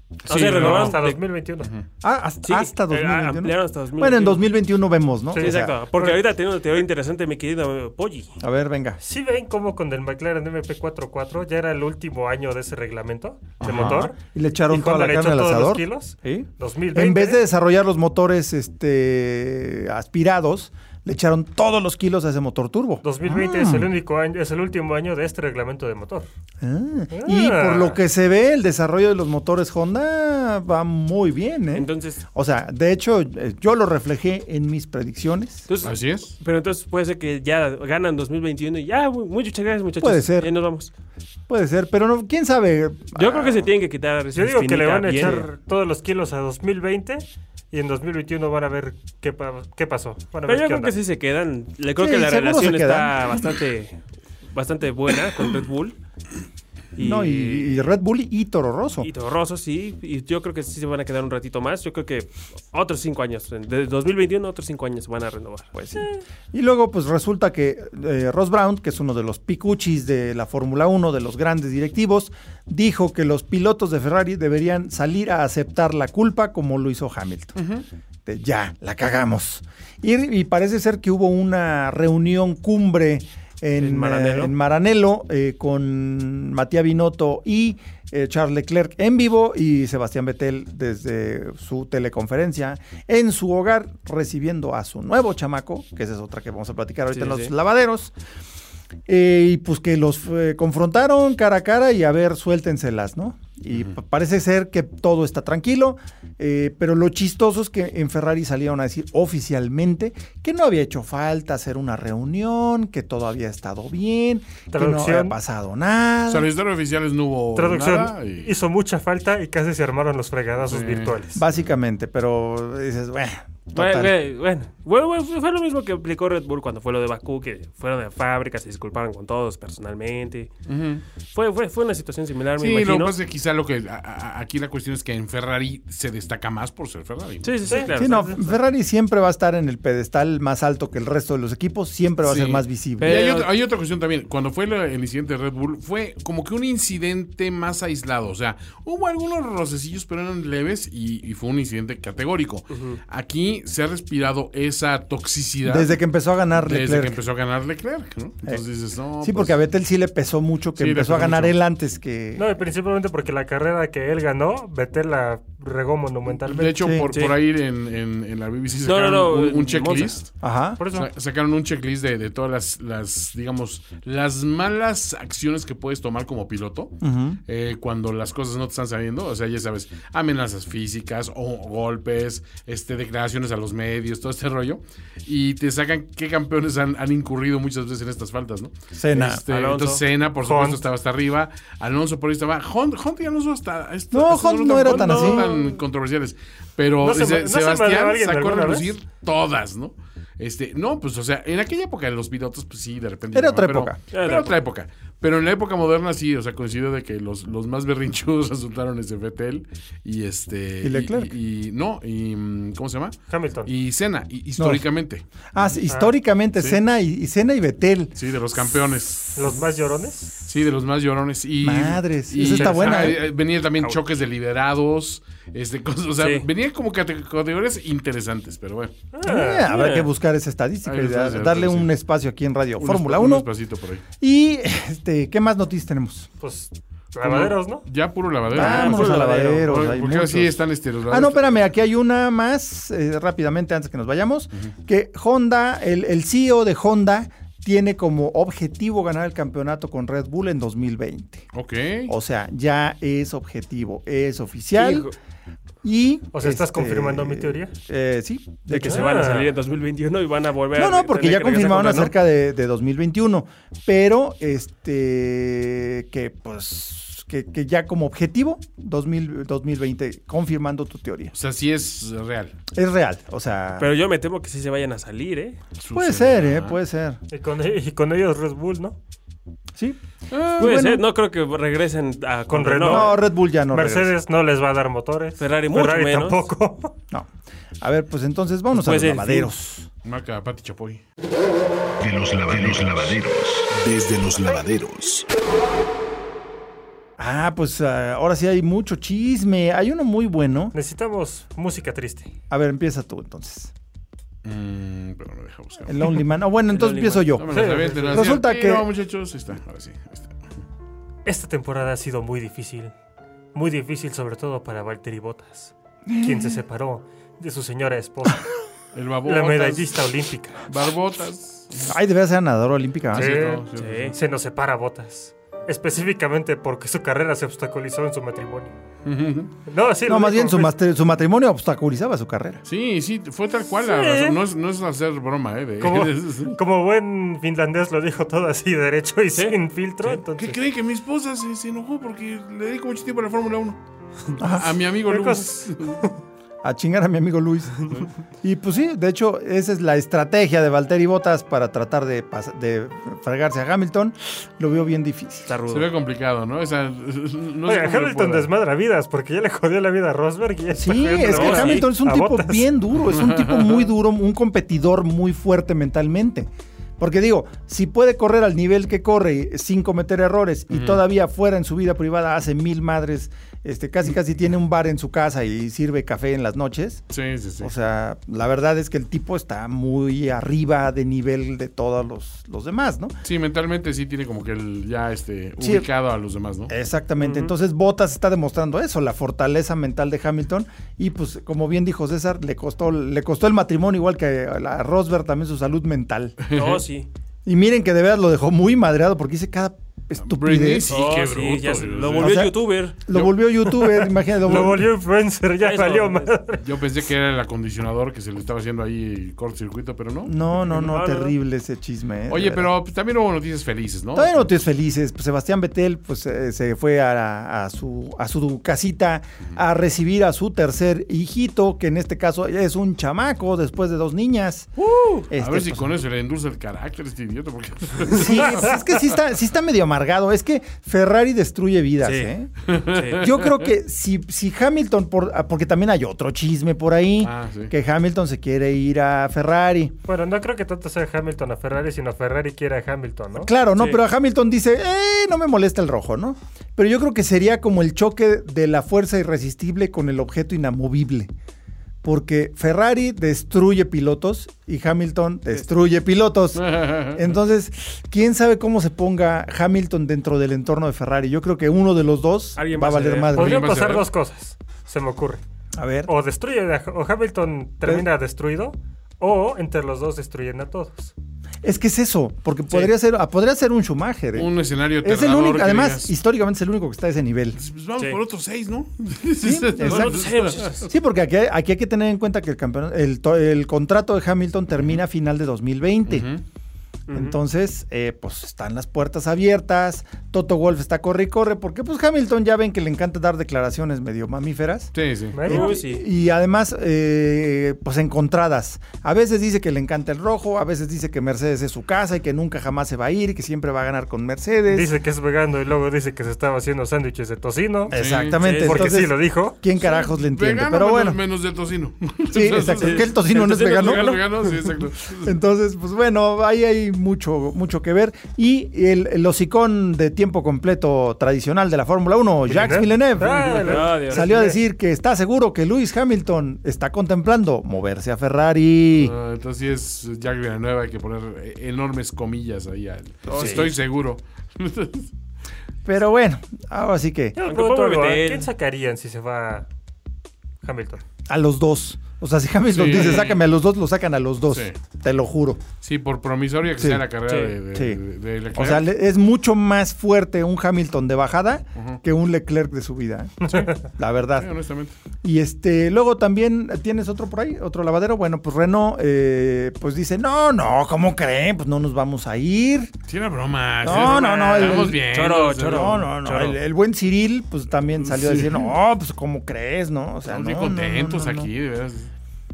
Speaker 3: O sea,
Speaker 4: Sí,
Speaker 3: renovaron
Speaker 4: hasta
Speaker 3: de-
Speaker 4: 2021.
Speaker 1: Ah, hasta,
Speaker 3: Sí,
Speaker 1: hasta
Speaker 3: eh,
Speaker 1: 2021.
Speaker 3: ampliaron hasta
Speaker 1: Bueno, en
Speaker 3: 2021.
Speaker 1: 2021 vemos, ¿no?
Speaker 4: Sí,
Speaker 1: O sea, ¿Eh?
Speaker 3: Exacto, porque ahorita tiene una teoría interesante, mi querido Polly.
Speaker 1: A ver, venga.
Speaker 4: Si ven cómo con el McLaren MP44 ya era el último año de ese reglamento de
Speaker 1: Ajá.
Speaker 4: motor.
Speaker 1: Y le echaron
Speaker 4: Y
Speaker 1: toda la
Speaker 4: Honda le echó
Speaker 1: carne al
Speaker 4: todos los
Speaker 1: asador.
Speaker 4: kilos.
Speaker 1: Sí.
Speaker 4: 2020.
Speaker 1: En vez de desarrollar los motores este, aspirados, le echaron todos los kilos a ese motor turbo.
Speaker 4: 2020 es el único año, es el último año de este reglamento de motor.
Speaker 1: Ah, Y por lo que se ve, el desarrollo de los motores Honda va muy bien. ¿eh?
Speaker 3: Entonces,
Speaker 1: o sea, de hecho, eh, yo lo reflejé en mis predicciones.
Speaker 3: entonces-
Speaker 2: Así es.
Speaker 3: Pero entonces puede ser que ya ganan 2021 y ya, mu- muchas gracias muchachos.
Speaker 1: Puede ser.
Speaker 3: Ya nos vamos.
Speaker 1: Puede ser, pero no, quién sabe.
Speaker 3: Yo creo que se tienen que quitar esa
Speaker 4: Ah. Yo digo que le
Speaker 3: espinita
Speaker 4: van a
Speaker 3: bien.
Speaker 4: echar todos los kilos a 2020 y en 2021 van a ver qué, pa- qué pasó. Van
Speaker 3: Pero
Speaker 4: a ver
Speaker 3: yo
Speaker 4: qué
Speaker 3: creo que
Speaker 4: onda.
Speaker 3: sí se quedan. Le creo
Speaker 1: Sí,
Speaker 3: que la
Speaker 1: seguro
Speaker 3: relación
Speaker 1: se
Speaker 3: está
Speaker 1: quedan.
Speaker 3: bastante, bastante buena con Red Bull. Y,
Speaker 1: Ah, No, y, y Red Bull y Toro Rosso.
Speaker 3: y Toro Rosso, sí. Y yo creo que sí se van a quedar un ratito más. Yo creo que otros cinco años. De 2021 otros cinco años van a renovar. Pues sí.
Speaker 1: Y luego, pues resulta que eh, Ross Brown, que es uno de los picuchis de la Fórmula 1, de los grandes directivos, dijo que los pilotos de Ferrari deberían salir a aceptar la culpa como lo hizo Hamilton. De, ya, la cagamos. Y, y parece ser que hubo una reunión cumbre en,
Speaker 3: En Maranello.
Speaker 1: eh, en Maranello, eh, con Matías Binotto y eh, Charles Leclerc en vivo y Sebastián Vettel desde su teleconferencia en su hogar recibiendo a su nuevo chamaco, que esa es otra que vamos a platicar ahorita
Speaker 3: Sí,
Speaker 1: en los
Speaker 3: sí.
Speaker 1: lavaderos. Eh, y pues que los eh, confrontaron cara a cara y a ver, suéltenselas, ¿no? Y pa- parece ser que todo está tranquilo, eh, pero lo chistoso es que en Ferrari salieron a decir oficialmente que no había hecho falta hacer una reunión, que todo había estado bien, que no
Speaker 4: Traducción.
Speaker 1: había pasado nada.
Speaker 2: O sea, los historias oficiales no hubo
Speaker 4: Traducción,
Speaker 2: nada y-
Speaker 4: hizo mucha falta y casi se armaron los fregadazos
Speaker 2: Sí.
Speaker 4: virtuales.
Speaker 1: Básicamente, pero dices, bueno,
Speaker 3: Bueno,
Speaker 1: total.
Speaker 3: güey, bueno, Bueno, bueno, fue- fue lo mismo que aplicó Red Bull cuando fue lo de Bakú, que fueron de fábrica, se disculparon con todos personalmente.
Speaker 2: Ujú.
Speaker 3: Fue, fue, fue una situación similar, me
Speaker 2: Sí, lo que
Speaker 3: imagino.
Speaker 1: pues
Speaker 2: pasa es que quizá lo que... a- a- aquí la cuestión es que en Ferrari se destaca más por ser Ferrari. ¿no?
Speaker 3: Sí, sí, sí,
Speaker 4: Sí,
Speaker 3: claro.
Speaker 1: Sí, no, Ferrari siempre va a estar en el pedestal más alto que el resto de los equipos, siempre va a
Speaker 2: Sí.
Speaker 1: ser más visible.
Speaker 2: Y hay,
Speaker 3: Pero-
Speaker 2: otra, hay otra cuestión también. Cuando fue la- el incidente de Red Bull, fue como que un incidente más aislado. O sea, hubo algunos rocecillos, pero eran leves y, y fue un incidente categórico. Aquí se ha respirado esa toxicidad
Speaker 1: Desde que empezó a ganar
Speaker 2: desde
Speaker 1: Leclerc. Eh,
Speaker 2: que empezó a ganar Leclerc. ¿no? Entonces dices, no.
Speaker 1: Sí,
Speaker 2: pues,
Speaker 1: porque a Vettel sí le pesó mucho que
Speaker 2: Sí, le
Speaker 1: empezó a
Speaker 2: pesó
Speaker 1: ganar
Speaker 2: mucho.
Speaker 1: él antes que.
Speaker 4: No, y principalmente porque la carrera que él ganó, Vettel la regó monumentalmente.
Speaker 2: De hecho,
Speaker 1: Sí.
Speaker 2: por,
Speaker 3: Sí.
Speaker 2: por ahí en, en- en la BBC
Speaker 3: No, no,
Speaker 2: sacaron
Speaker 3: no,
Speaker 2: un,
Speaker 3: en
Speaker 2: un
Speaker 3: Monza.
Speaker 2: checklist.
Speaker 1: Ajá.
Speaker 4: Por eso.
Speaker 2: Sa- Sacaron un checklist de, de todas las, las, digamos, las malas acciones que puedes tomar como piloto
Speaker 1: Ujú.
Speaker 2: eh, cuando las cosas no te están saliendo. O sea, ya sabes, amenazas físicas o golpes, este, declaraciones a los medios, todo este rollo. Y te sacan qué campeones han, han incurrido muchas veces en estas faltas, ¿no?
Speaker 1: Senna.
Speaker 2: Este,
Speaker 3: Alonso.
Speaker 2: entonces, Senna, por supuesto,
Speaker 4: Hunt.
Speaker 2: estaba hasta arriba. Alonso por ahí estaba. Hunt, Hunt y Alonso hasta. hasta-
Speaker 1: No,
Speaker 2: hasta
Speaker 1: Hunt no era tan
Speaker 2: fueron
Speaker 1: así.
Speaker 2: tan controversiales. Pero
Speaker 4: No se-
Speaker 2: Se-
Speaker 4: no se madreó
Speaker 2: Sebastián
Speaker 4: alguien
Speaker 2: sacó a
Speaker 4: alguna
Speaker 2: relucir todas, ¿no? Este, no, pues, o sea, en aquella época los pilotos, pues sí, de repente.
Speaker 1: Era
Speaker 2: llamaban,
Speaker 1: otra
Speaker 2: pero-
Speaker 1: época.
Speaker 2: Era
Speaker 3: Era otra
Speaker 2: otra época. Pero en la época moderna sí, o sea, coincido de que los, los más berrinchudos resultaron ese Vettel y este.
Speaker 1: Y Leclerc.
Speaker 2: Y, y- no, y. mm, ¿Cómo se llama?
Speaker 4: Hamilton.
Speaker 2: Y Senna, y- históricamente.
Speaker 1: Ah, sí, históricamente,
Speaker 2: sí.
Speaker 1: Senna y, y Senna y Vettel.
Speaker 2: Sí, de los campeones.
Speaker 4: Los más llorones.
Speaker 2: Sí, de los más llorones. Y,
Speaker 1: Madres, esa está buena,
Speaker 2: ah,
Speaker 1: ¿eh?
Speaker 2: eh, Venía también choques de liberados. Este, cosas, o sea,
Speaker 3: Sí.
Speaker 2: venía como cate- categorías interesantes, pero bueno.
Speaker 1: Eh, habrá
Speaker 3: eh.
Speaker 1: que buscar esa estadística
Speaker 2: Ahí
Speaker 1: y
Speaker 2: está,
Speaker 1: da-
Speaker 2: sí,
Speaker 1: darle
Speaker 2: sí.
Speaker 1: un espacio aquí en Radio
Speaker 2: un
Speaker 1: Fórmula
Speaker 2: espa- un
Speaker 1: 1.
Speaker 2: espacito por ahí.
Speaker 1: Y, este, ¿qué más noticias tenemos?
Speaker 4: Pues, lavaderos, ¿no?
Speaker 2: Ya puro
Speaker 3: Eh,
Speaker 2: lavadero.
Speaker 1: Vámonos
Speaker 3: puro
Speaker 1: a
Speaker 3: lavadero.
Speaker 1: lavaderos.
Speaker 2: Porque
Speaker 1: hay
Speaker 2: porque ahora sí
Speaker 1: muchos.
Speaker 2: están este, los
Speaker 1: Ah, no,
Speaker 2: lavaderos.
Speaker 1: espérame, aquí hay una más eh, rápidamente antes que nos vayamos. Que Honda, el, el CEO de Honda, tiene como objetivo ganar el campeonato con Red Bull en 2020.
Speaker 2: Ok.
Speaker 1: O sea, ya es objetivo, es oficial.
Speaker 3: Hijo,
Speaker 1: Y. este,
Speaker 4: O sea, ¿estás confirmando mi teoría?
Speaker 1: eh, sí.
Speaker 3: de que
Speaker 4: Ah.
Speaker 3: se van a salir en 2021 y van a volver
Speaker 1: No,
Speaker 3: a
Speaker 1: no, porque ya
Speaker 3: tener que regresar
Speaker 1: confirmaron
Speaker 3: con Renault.
Speaker 1: acerca de, de 2021. Pero, este. Que pues. Que, que ya como objetivo, 2000 2020, confirmando tu teoría.
Speaker 2: O sea, sí es real.
Speaker 1: Es real, o sea.
Speaker 3: Pero yo me temo que sí se vayan a salir, ¿eh?
Speaker 1: puede ser, ¿eh? Puede ser.
Speaker 4: Y con, e-, y con ellos Red Bull, ¿no?
Speaker 1: Sí.
Speaker 3: Eh,
Speaker 1: Pues
Speaker 3: Puede
Speaker 1: Ah, bueno.
Speaker 3: ser, no creo que regresen a, con,
Speaker 4: Con
Speaker 3: Renault.
Speaker 4: Renault.
Speaker 1: No, Red Bull ya no. regresa.
Speaker 4: Mercedes no les va a dar motores.
Speaker 3: Ferrari mucho menos.
Speaker 4: tampoco.
Speaker 1: No. A ver, pues entonces vámonos
Speaker 3: Pues
Speaker 1: a
Speaker 3: el
Speaker 1: los lavaderos.
Speaker 2: Marca Pati Chapoy.
Speaker 6: De los lavaderos.
Speaker 5: Desde los lavaderos.
Speaker 1: Ah, pues ah, ahora sí hay mucho chisme. Hay uno muy bueno.
Speaker 4: Necesitamos música triste.
Speaker 1: A ver, empieza tú entonces.
Speaker 2: Mm, pero no deja buscar.
Speaker 1: El Lonely Man. Ah, bueno, entonces
Speaker 3: Lonely
Speaker 1: empiezo
Speaker 3: Man.
Speaker 1: yo.
Speaker 2: No me lo sabía, te lo hacía.
Speaker 1: Resulta
Speaker 2: Sí,
Speaker 1: que-
Speaker 2: No, muchachos, ahí está. Ahora sí. ahí está.
Speaker 4: Esta temporada ha sido muy difícil. Muy difícil, sobre todo para Valtteri Bottas, quien se separó de su señora esposa,
Speaker 2: El babotas.
Speaker 4: la medallista olímpica.
Speaker 2: Barbotas.
Speaker 1: Ay, debería ser nadadora olímpica. ¿ah?
Speaker 4: Sí.
Speaker 2: Cierto, cierto,
Speaker 3: Sí.
Speaker 4: Se nos separa Bottas. Específicamente porque su carrera se obstaculizó en su matrimonio.
Speaker 2: Ujú.
Speaker 4: No, sí,
Speaker 1: No,
Speaker 4: lo
Speaker 1: más bien
Speaker 4: dijo,
Speaker 1: su,
Speaker 4: pues,
Speaker 1: mate- su matrimonio obstaculizaba su carrera.
Speaker 2: Sí, sí, fue tal cual. la
Speaker 4: Sí.
Speaker 2: razón. No, es, no es hacer broma, ¿eh? de-
Speaker 4: Como,
Speaker 2: de-
Speaker 4: como buen finlandés lo dijo todo así derecho y sin filtro.
Speaker 2: ¿Qué
Speaker 4: Entonces,
Speaker 2: creen que mi esposa se, se enojó porque le dedico mucho tiempo a la Fórmula 1? A mi amigo
Speaker 4: ¿Qué
Speaker 2: Lucas.
Speaker 1: A chingar a mi amigo Luis. y pues sí, de hecho, esa es la estrategia de Valtteri Bottas para tratar de, pas- de fregarse a Hamilton. Lo veo bien difícil.
Speaker 3: Está
Speaker 2: Se
Speaker 3: rudo.
Speaker 2: ve complicado, ¿no? O sea, no sé
Speaker 4: Oiga,
Speaker 2: cómo le
Speaker 4: Hamilton
Speaker 2: pueda.
Speaker 4: desmadra vidas porque ya le jodió la vida a Rosberg. Y ya está
Speaker 1: Sí, es que
Speaker 4: jodiendo
Speaker 3: No, sí.
Speaker 4: ahora
Speaker 1: Hamilton es un
Speaker 4: a
Speaker 1: tipo
Speaker 4: Bottas.
Speaker 1: bien duro, es un tipo muy duro, un competidor muy fuerte mentalmente. Porque digo, si puede correr al nivel que corre sin cometer errores y todavía fuera en su vida privada hace mil madres Este, casi casi tiene un bar en su casa y sirve café en las noches.
Speaker 2: Sí, sí, sí.
Speaker 1: O sea, la verdad es que el tipo está muy arriba de nivel de todos los, los demás, ¿no?
Speaker 2: Sí, mentalmente sí tiene como que el ya este,
Speaker 1: Sí. Eh.
Speaker 2: ubicado a los demás, ¿no?
Speaker 1: Exactamente. Entonces Bottas está demostrando eso, la fortaleza mental de Hamilton. Y pues, como bien dijo César, le costó, le costó el matrimonio, igual que a la Rosberg también su salud mental.
Speaker 3: No, sí.
Speaker 1: Y miren que de veras lo dejó muy madreado porque hice cada
Speaker 2: Britney,
Speaker 1: estupidez.
Speaker 2: sí,
Speaker 3: Oh,
Speaker 2: qué
Speaker 3: sí,
Speaker 2: bruto.
Speaker 3: ya se-
Speaker 2: güey,
Speaker 3: lo
Speaker 2: o sea,
Speaker 3: volvió
Speaker 1: O sea,
Speaker 3: youtuber.
Speaker 1: Lo volvió youtuber, imagínate. Lo
Speaker 4: Lo
Speaker 1: volvió.
Speaker 4: volvió influencer, ya
Speaker 3: Eso,
Speaker 4: valió
Speaker 3: es-
Speaker 4: madre.
Speaker 2: Yo pensé que era el acondicionador que se le estaba haciendo ahí cortocircuito, pero no.
Speaker 1: No, no, no,
Speaker 3: No, no.
Speaker 1: terrible ese chisme. eh, de
Speaker 2: Oye,
Speaker 1: verdad.
Speaker 2: pero pues, también hubo noticias felices, ¿no?
Speaker 1: Todavía no te es felices. Pues Sebastián Vettel pues, eh, se fue a, a su, a su casita a recibir a su tercer hijito, que en este caso es un chamaco después de dos niñas.
Speaker 2: Uh, a
Speaker 1: Este,
Speaker 2: ver si
Speaker 1: pues,
Speaker 2: con eso le endulza el carácter este idiota, porque...
Speaker 1: Sí, pues, es que sí está, sí está medio amargado. Es que Ferrari destruye vidas,
Speaker 3: Sí.
Speaker 1: ¿eh?
Speaker 3: Sí.
Speaker 1: Yo creo que si, si Hamilton, por, ah, porque también hay otro chisme por ahí,
Speaker 2: Ah, sí.
Speaker 1: que Hamilton se quiere ir a Ferrari.
Speaker 4: Bueno, no creo que tanto sea Hamilton a Ferrari, sino Ferrari quiere a Hamilton, ¿no?
Speaker 1: Claro, ¿no?
Speaker 3: Sí.
Speaker 1: Pero Hamilton dice, eh, no me molesta el rojo, ¿no? Pero yo creo que sería como el choque de la fuerza irresistible con el objeto inamovible. Porque Ferrari destruye pilotos y Hamilton destruye
Speaker 2: Ah.
Speaker 1: pilotos. Entonces, quién sabe cómo se ponga Hamilton dentro del entorno de Ferrari. Yo creo que uno de los dos
Speaker 3: Alguien
Speaker 1: va a
Speaker 3: va a
Speaker 1: valer
Speaker 3: ceder.
Speaker 1: madre.
Speaker 4: Podrían
Speaker 2: Podría
Speaker 4: pasar
Speaker 2: ser.
Speaker 4: dos cosas, se me ocurre.
Speaker 1: A ver.
Speaker 4: O destruye, a- o Hamilton termina destruido, o entre los dos destruyen a todos.
Speaker 1: Es que es eso, porque podría ser, ah, podría ser un Schumacher. ¿eh?
Speaker 2: Un escenario
Speaker 1: es el
Speaker 2: aterrador
Speaker 1: único,
Speaker 2: que
Speaker 1: además,
Speaker 2: digas,
Speaker 1: históricamente es el único que está a ese nivel.
Speaker 2: pues vamos
Speaker 3: Sí.
Speaker 2: por otros seis, ¿no?
Speaker 1: exacto. Sí, porque aquí, aquí hay que tener en cuenta que el, campeón, el, to- el contrato de Hamilton termina a final de 2020.
Speaker 2: Ujú.
Speaker 1: Entonces, eh, pues están las puertas abiertas. Toto Wolf está corre y corre. Porque pues Hamilton ya ven que le encanta dar declaraciones medio mamíferas.
Speaker 2: Sí, sí.
Speaker 4: Bueno,
Speaker 3: Uy, sí.
Speaker 1: Y además, eh, pues encontradas. A veces dice que le encanta el rojo, a veces dice que Mercedes es su casa y que nunca jamás se va a ir y que siempre va a ganar con Mercedes.
Speaker 4: Dice que es vegano y luego dice que se estaba haciendo sándwiches de tocino.
Speaker 1: Exactamente.
Speaker 3: Sí,
Speaker 4: porque
Speaker 1: Entonces,
Speaker 4: sí lo dijo.
Speaker 1: ¿Quién carajos le entiende?
Speaker 2: Vegano
Speaker 1: Pero
Speaker 2: menos-
Speaker 1: bueno,
Speaker 2: menos del tocino.
Speaker 1: sí, exacto. Que el tocino no es
Speaker 2: Entonces,
Speaker 1: vegano.
Speaker 2: Vegano, vegano, sí, exacto.
Speaker 1: Entonces, pues bueno, ahí hay mucho, mucho que ver. Y el, el hocicón de tiempo completo tradicional de la Fórmula 1,
Speaker 2: ¿eh?
Speaker 1: Jacques Villeneuve,
Speaker 4: Ah,
Speaker 3: Ah, Dios.
Speaker 1: salió a decir que está seguro que Lewis Hamilton está contemplando moverse a Ferrari.
Speaker 2: Ah, entonces sí es Jack Villanueva, hay que poner eh, enormes comillas ahí. al-
Speaker 3: Oh,
Speaker 2: Estoy seguro.
Speaker 1: Pero bueno, ahora sí que
Speaker 4: Yo me
Speaker 3: Aunque
Speaker 4: pregunto
Speaker 3: pobre
Speaker 4: algo, ¿a
Speaker 3: Vettel.
Speaker 4: ¿Quién sacarían si se va Hamilton?
Speaker 1: a los dos. O sea, si Hamilton
Speaker 2: Sí.
Speaker 1: dice sácame a los dos, lo sacan a los dos.
Speaker 2: Sí.
Speaker 1: Te lo juro.
Speaker 2: Sí, por promisoria que
Speaker 1: Sí,
Speaker 2: sea la carrera
Speaker 3: sí,
Speaker 2: de, de,
Speaker 1: sí.
Speaker 2: de- de Leclerc.
Speaker 1: O sea, le- es mucho más fuerte un Hamilton de bajada que un Leclerc de subida. ¿eh? La verdad.
Speaker 2: Sí, honestamente.
Speaker 1: Y este, luego también tienes otro por ahí, otro lavadero. Bueno, pues Renault, eh, pues dice, no, no, ¿cómo creen? Pues no nos vamos a ir.
Speaker 2: Sí, era broma.
Speaker 1: No,
Speaker 2: sí era broma,
Speaker 1: no, no, el-
Speaker 2: Estamos bien.
Speaker 3: Choro, choro.
Speaker 1: No, no, no.
Speaker 3: Choro.
Speaker 1: El, el buen Cyril, pues también salió a decir, no, pues ¿cómo crees? No, o sea,
Speaker 2: Estamos
Speaker 1: no,
Speaker 2: bien
Speaker 1: no, no,
Speaker 2: contentos
Speaker 1: no, no.
Speaker 2: aquí, de veras.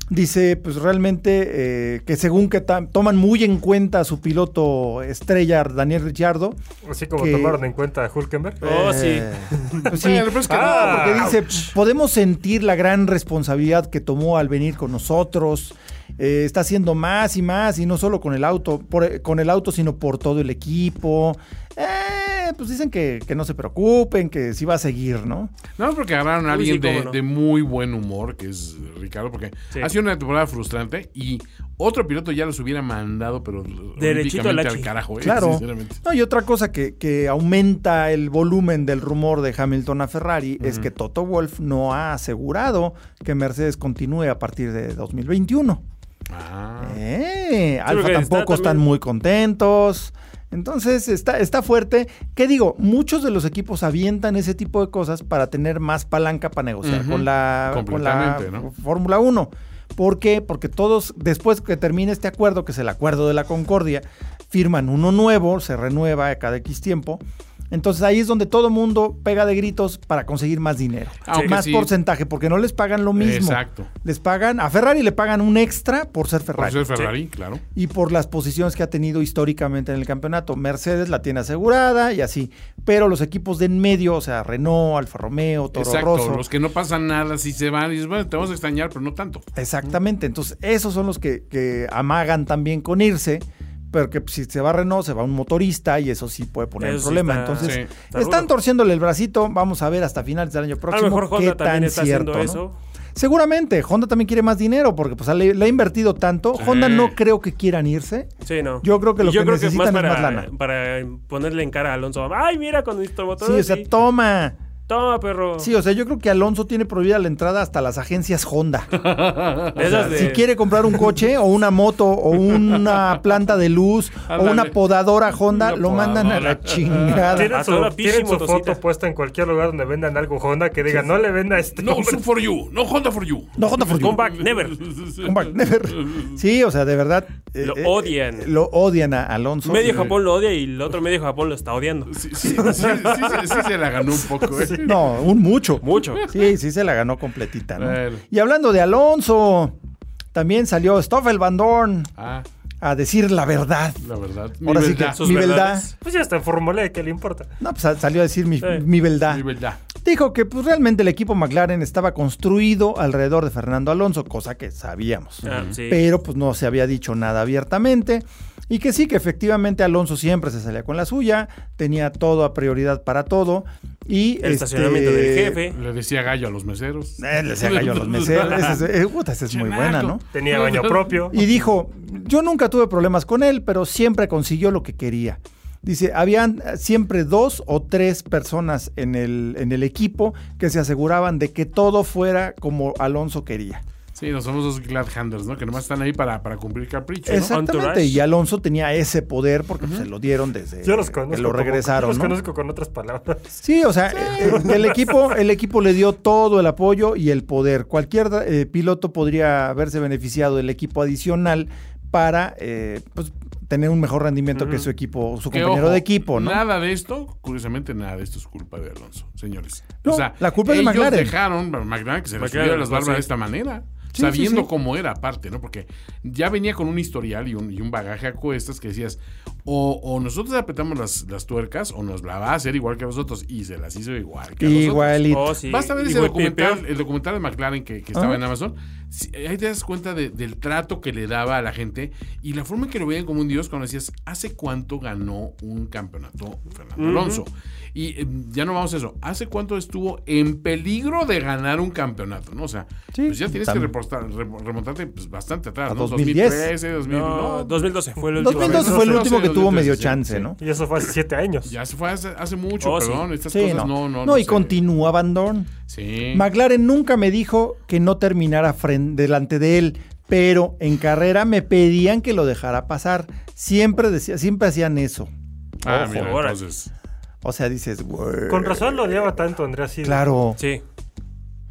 Speaker 1: Dice, pues realmente eh, que según que ta- toman muy en cuenta a su piloto estrella, Daniel Ricciardo.
Speaker 4: Así como
Speaker 1: Que-
Speaker 4: tomaron en cuenta a Hulkenberg.
Speaker 3: Oh, sí.
Speaker 1: pues sí.
Speaker 2: Bueno, pero es que
Speaker 1: Ah,
Speaker 2: no,
Speaker 1: porque dice, podemos sentir la gran responsabilidad que tomó al venir con nosotros. Eh, está haciendo más y más, y no solo con el auto, por- eh, con el auto, sino por todo el equipo. Eh, pues dicen que, que no se preocupen, que sí va a seguir, ¿no?
Speaker 2: No, es porque agarraron a
Speaker 3: Uy, sí,
Speaker 2: alguien de,
Speaker 3: cómo no.
Speaker 2: de muy buen humor, que es Ricardo, porque
Speaker 3: Sí.
Speaker 2: ha sido una temporada frustrante y otro piloto ya los hubiera mandado, pero olímpicamente
Speaker 3: Derechito al
Speaker 2: al
Speaker 3: H.
Speaker 2: carajo, eh,
Speaker 1: Claro.
Speaker 2: sinceramente.
Speaker 1: No, y otra cosa que, que aumenta el volumen del rumor de Hamilton a Ferrari es que Toto Wolf no ha asegurado que Mercedes continúe a partir de 2021.
Speaker 2: Ah.
Speaker 1: Eh, Alfa
Speaker 3: porque está
Speaker 1: tampoco están
Speaker 3: también-
Speaker 1: muy contentos. Entonces está, está fuerte. ¿Qué digo? Muchos de los equipos avientan ese tipo de cosas para tener más palanca para negociar
Speaker 2: Ujú,
Speaker 1: con la, con la
Speaker 2: completamente, ¿no?
Speaker 1: Fórmula 1. ¿Por qué? Porque todos, después que termine este acuerdo, que es el acuerdo de la Concordia, firman uno nuevo, se renueva a cada X tiempo. Entonces ahí es donde todo mundo pega de gritos para conseguir más dinero,
Speaker 2: Aunque
Speaker 1: más
Speaker 2: sí.
Speaker 1: porcentaje, porque no les pagan lo mismo.
Speaker 2: Exacto.
Speaker 1: Les pagan, a Ferrari le pagan un extra por ser
Speaker 2: Por
Speaker 1: Ferrari
Speaker 2: ser Ferrari, claro.
Speaker 1: y por las posiciones que ha tenido históricamente en el campeonato. Mercedes la tiene asegurada y así, pero los equipos de en medio, o sea, Renault, Alfa Romeo, Toro
Speaker 2: Exacto.
Speaker 1: Rosso.
Speaker 2: Los que no pasan nada, si se van, dices, bueno, te vamos a extrañar, pero no tanto.
Speaker 1: Exactamente, entonces esos son los que, que amagan también con irse, pero que si se va Renault, se va un motorista y eso sí puede poner
Speaker 3: Eso
Speaker 1: un
Speaker 3: sí
Speaker 1: problema.
Speaker 3: está-
Speaker 2: sí.
Speaker 1: Entonces,
Speaker 3: Está
Speaker 1: están
Speaker 3: rudo.
Speaker 1: torciéndole el bracito. Vamos a ver hasta finales del año
Speaker 3: A
Speaker 1: próximo.
Speaker 3: lo mejor
Speaker 1: qué
Speaker 3: Honda también
Speaker 1: tan
Speaker 3: está
Speaker 1: cierto,
Speaker 3: haciendo
Speaker 1: ¿no?
Speaker 3: eso.
Speaker 1: Seguramente, Honda también quiere más dinero porque pues, le, le ha invertido tanto.
Speaker 2: Sí.
Speaker 1: Honda no creo que quieran irse.
Speaker 3: Sí, no.
Speaker 1: Yo creo que lo
Speaker 3: Y yo
Speaker 1: que
Speaker 3: creo que
Speaker 1: necesitan es
Speaker 3: para,
Speaker 1: más lana.
Speaker 3: Para ponerle en cara a Alonso. Ay, mira con nuestro motor.
Speaker 1: Sí, o sea, toma.
Speaker 3: Toma, perro.
Speaker 1: Sí, o sea, yo creo que Alonso tiene prohibida la entrada hasta las agencias Honda.
Speaker 3: De esas de-
Speaker 1: Si quiere comprar un coche o una moto o una planta de luz o
Speaker 2: Ándale.
Speaker 1: una podadora Honda,
Speaker 2: Una
Speaker 1: lo mandan a la
Speaker 2: podadora.
Speaker 1: chingada.
Speaker 4: Tienen su,
Speaker 3: Hasta una pinche
Speaker 4: tienen su
Speaker 3: motocicleta.
Speaker 4: foto puesta en cualquier lugar donde vendan algo Honda que diga, no le venda a este
Speaker 2: No
Speaker 4: hombre".
Speaker 2: Sub for You, no Honda for You.
Speaker 1: No, Honda for you.
Speaker 3: Comeback, never.
Speaker 1: Comeback, never. Sí, o sea, de verdad. eh,
Speaker 3: Lo
Speaker 1: eh,
Speaker 3: odian.
Speaker 1: eh, Lo odian a Alonso. Eh,
Speaker 3: Medio
Speaker 1: Sí.
Speaker 3: Japón lo odia y el otro medio Japón lo está odiando.
Speaker 2: Sí, sí, sí, sí, sí, sí se la ganó un poco. ¿eh?
Speaker 1: No, un mucho.
Speaker 3: Mucho.
Speaker 1: Sí, sí se la ganó completita, ¿no?
Speaker 2: Bueno.
Speaker 1: Y hablando de Alonso, también salió Stoffel Van Dorn
Speaker 2: Ah,
Speaker 1: a decir la verdad.
Speaker 2: la verdad.
Speaker 1: Ahora
Speaker 2: mi
Speaker 1: sí que
Speaker 2: verdad,
Speaker 3: Sus
Speaker 1: mi verdad.
Speaker 3: verdades.
Speaker 4: Pues ya está en Fórmula E, ¿qué le importa?
Speaker 1: No, pues sal- salió a decir mi,
Speaker 3: Sí.
Speaker 1: mi verdad.
Speaker 2: mi verdad.
Speaker 1: Dijo que pues, realmente el equipo McLaren estaba construido alrededor de Fernando Alonso, cosa que sabíamos.
Speaker 3: Ah, sí.
Speaker 1: Pero pues no se había dicho nada abiertamente. Y que sí, que efectivamente Alonso siempre se salía con la suya, tenía toda prioridad para todo. Y este,
Speaker 3: El estacionamiento del
Speaker 2: este,
Speaker 3: jefe.
Speaker 2: Le decía gallo a los meseros.
Speaker 1: Eh, le hacía gallo a los meseros. Esa es, eh, puta, esa es muy buena, ¿no?
Speaker 4: Tenía baño propio.
Speaker 1: Y dijo, yo nunca tuve problemas con él, pero siempre consiguió lo que quería. Dice, habían eh, siempre dos o tres personas en el, en el equipo que se aseguraban de que todo fuera como Alonso quería.
Speaker 2: Sí, no somos dos glad handers, ¿no? Que nomás están ahí para, para cumplir caprichos. ¿no?
Speaker 1: Exactamente,
Speaker 3: Entourage.
Speaker 1: y Alonso tenía ese poder porque pues, se lo dieron desde
Speaker 4: Yo los
Speaker 1: que
Speaker 4: conozco.
Speaker 1: lo
Speaker 4: como- yo
Speaker 1: regresaron.
Speaker 4: los
Speaker 1: ¿no?
Speaker 4: conozco con otras palabras.
Speaker 1: Sí, o sea, eh, eh, el, equipo, el equipo le dio todo el apoyo y el poder. Cualquier eh, piloto podría haberse beneficiado del equipo adicional para eh, pues, tener un mejor rendimiento que su equipo, su
Speaker 2: Que,
Speaker 1: compañero
Speaker 2: ojo,
Speaker 1: de equipo, ¿no?
Speaker 2: Nada de esto, curiosamente, nada de esto es culpa de Alonso, señores.
Speaker 1: No, la culpa es de
Speaker 2: ellos
Speaker 1: McLaren.
Speaker 2: dejaron a McLaren que se le
Speaker 3: McLaren,
Speaker 2: subiera las
Speaker 3: pues,
Speaker 2: barbas
Speaker 3: sí.
Speaker 2: de esta manera.
Speaker 1: Sí,
Speaker 2: sabiendo
Speaker 1: sí, sí.
Speaker 2: cómo era aparte, ¿no? Porque ya venía con un historial y un, y un bagaje a cuestas que decías, o, o nosotros apretamos las, las tuercas o nos la va a hacer igual que a nosotros y se las hizo igual que a nosotros.
Speaker 1: Igualito.
Speaker 3: Oh, sí.
Speaker 2: Vas a ver
Speaker 3: Y
Speaker 2: ese
Speaker 3: güey,
Speaker 2: documental,
Speaker 3: peor.
Speaker 2: el documental de McLaren que, que estaba
Speaker 1: Ajá.
Speaker 2: en Amazon. Sí, ahí te das cuenta de- del trato que le daba a la gente y la forma en que lo veían como un dios cuando decías, ¿hace cuánto ganó un campeonato Fernando Alonso? Y eh, ya no vamos a eso. ¿Hace cuánto estuvo en peligro de ganar un campeonato? ¿no? O sea,
Speaker 1: Sí,
Speaker 2: pues ya tienes que
Speaker 1: tam-
Speaker 2: reportar- remo- remontarte pues, bastante atrás,
Speaker 1: A
Speaker 2: ¿no?
Speaker 1: 2010.
Speaker 2: 2013, 2000,
Speaker 3: No,
Speaker 2: no,
Speaker 3: 2012 fue el último.
Speaker 1: 2012 fue el
Speaker 2: 2012,
Speaker 1: último que tuvo
Speaker 2: 2013,
Speaker 1: medio
Speaker 2: sí,
Speaker 1: chance,
Speaker 2: ¿eh? sí.
Speaker 1: ¿no?
Speaker 4: Y eso fue hace siete años.
Speaker 2: Ya se fue hace, hace mucho,
Speaker 3: Oh, sí.
Speaker 2: perdón. Estas
Speaker 1: Sí,
Speaker 2: cosas
Speaker 1: no.
Speaker 2: no, no, no.
Speaker 1: No, y
Speaker 2: sé.
Speaker 1: continúa Van Dorn.
Speaker 2: Sí.
Speaker 1: McLaren nunca me dijo que no terminara fren- delante de él, pero en carrera me pedían que lo dejara pasar. Siempre, decía, siempre hacían eso.
Speaker 2: Ah,
Speaker 3: Ojo,
Speaker 2: mira,
Speaker 3: ahora.
Speaker 2: entonces.
Speaker 1: O sea, dices, güey.
Speaker 4: Con razón lo odiaba tanto Andrea Silva.
Speaker 1: Claro.
Speaker 3: Sí.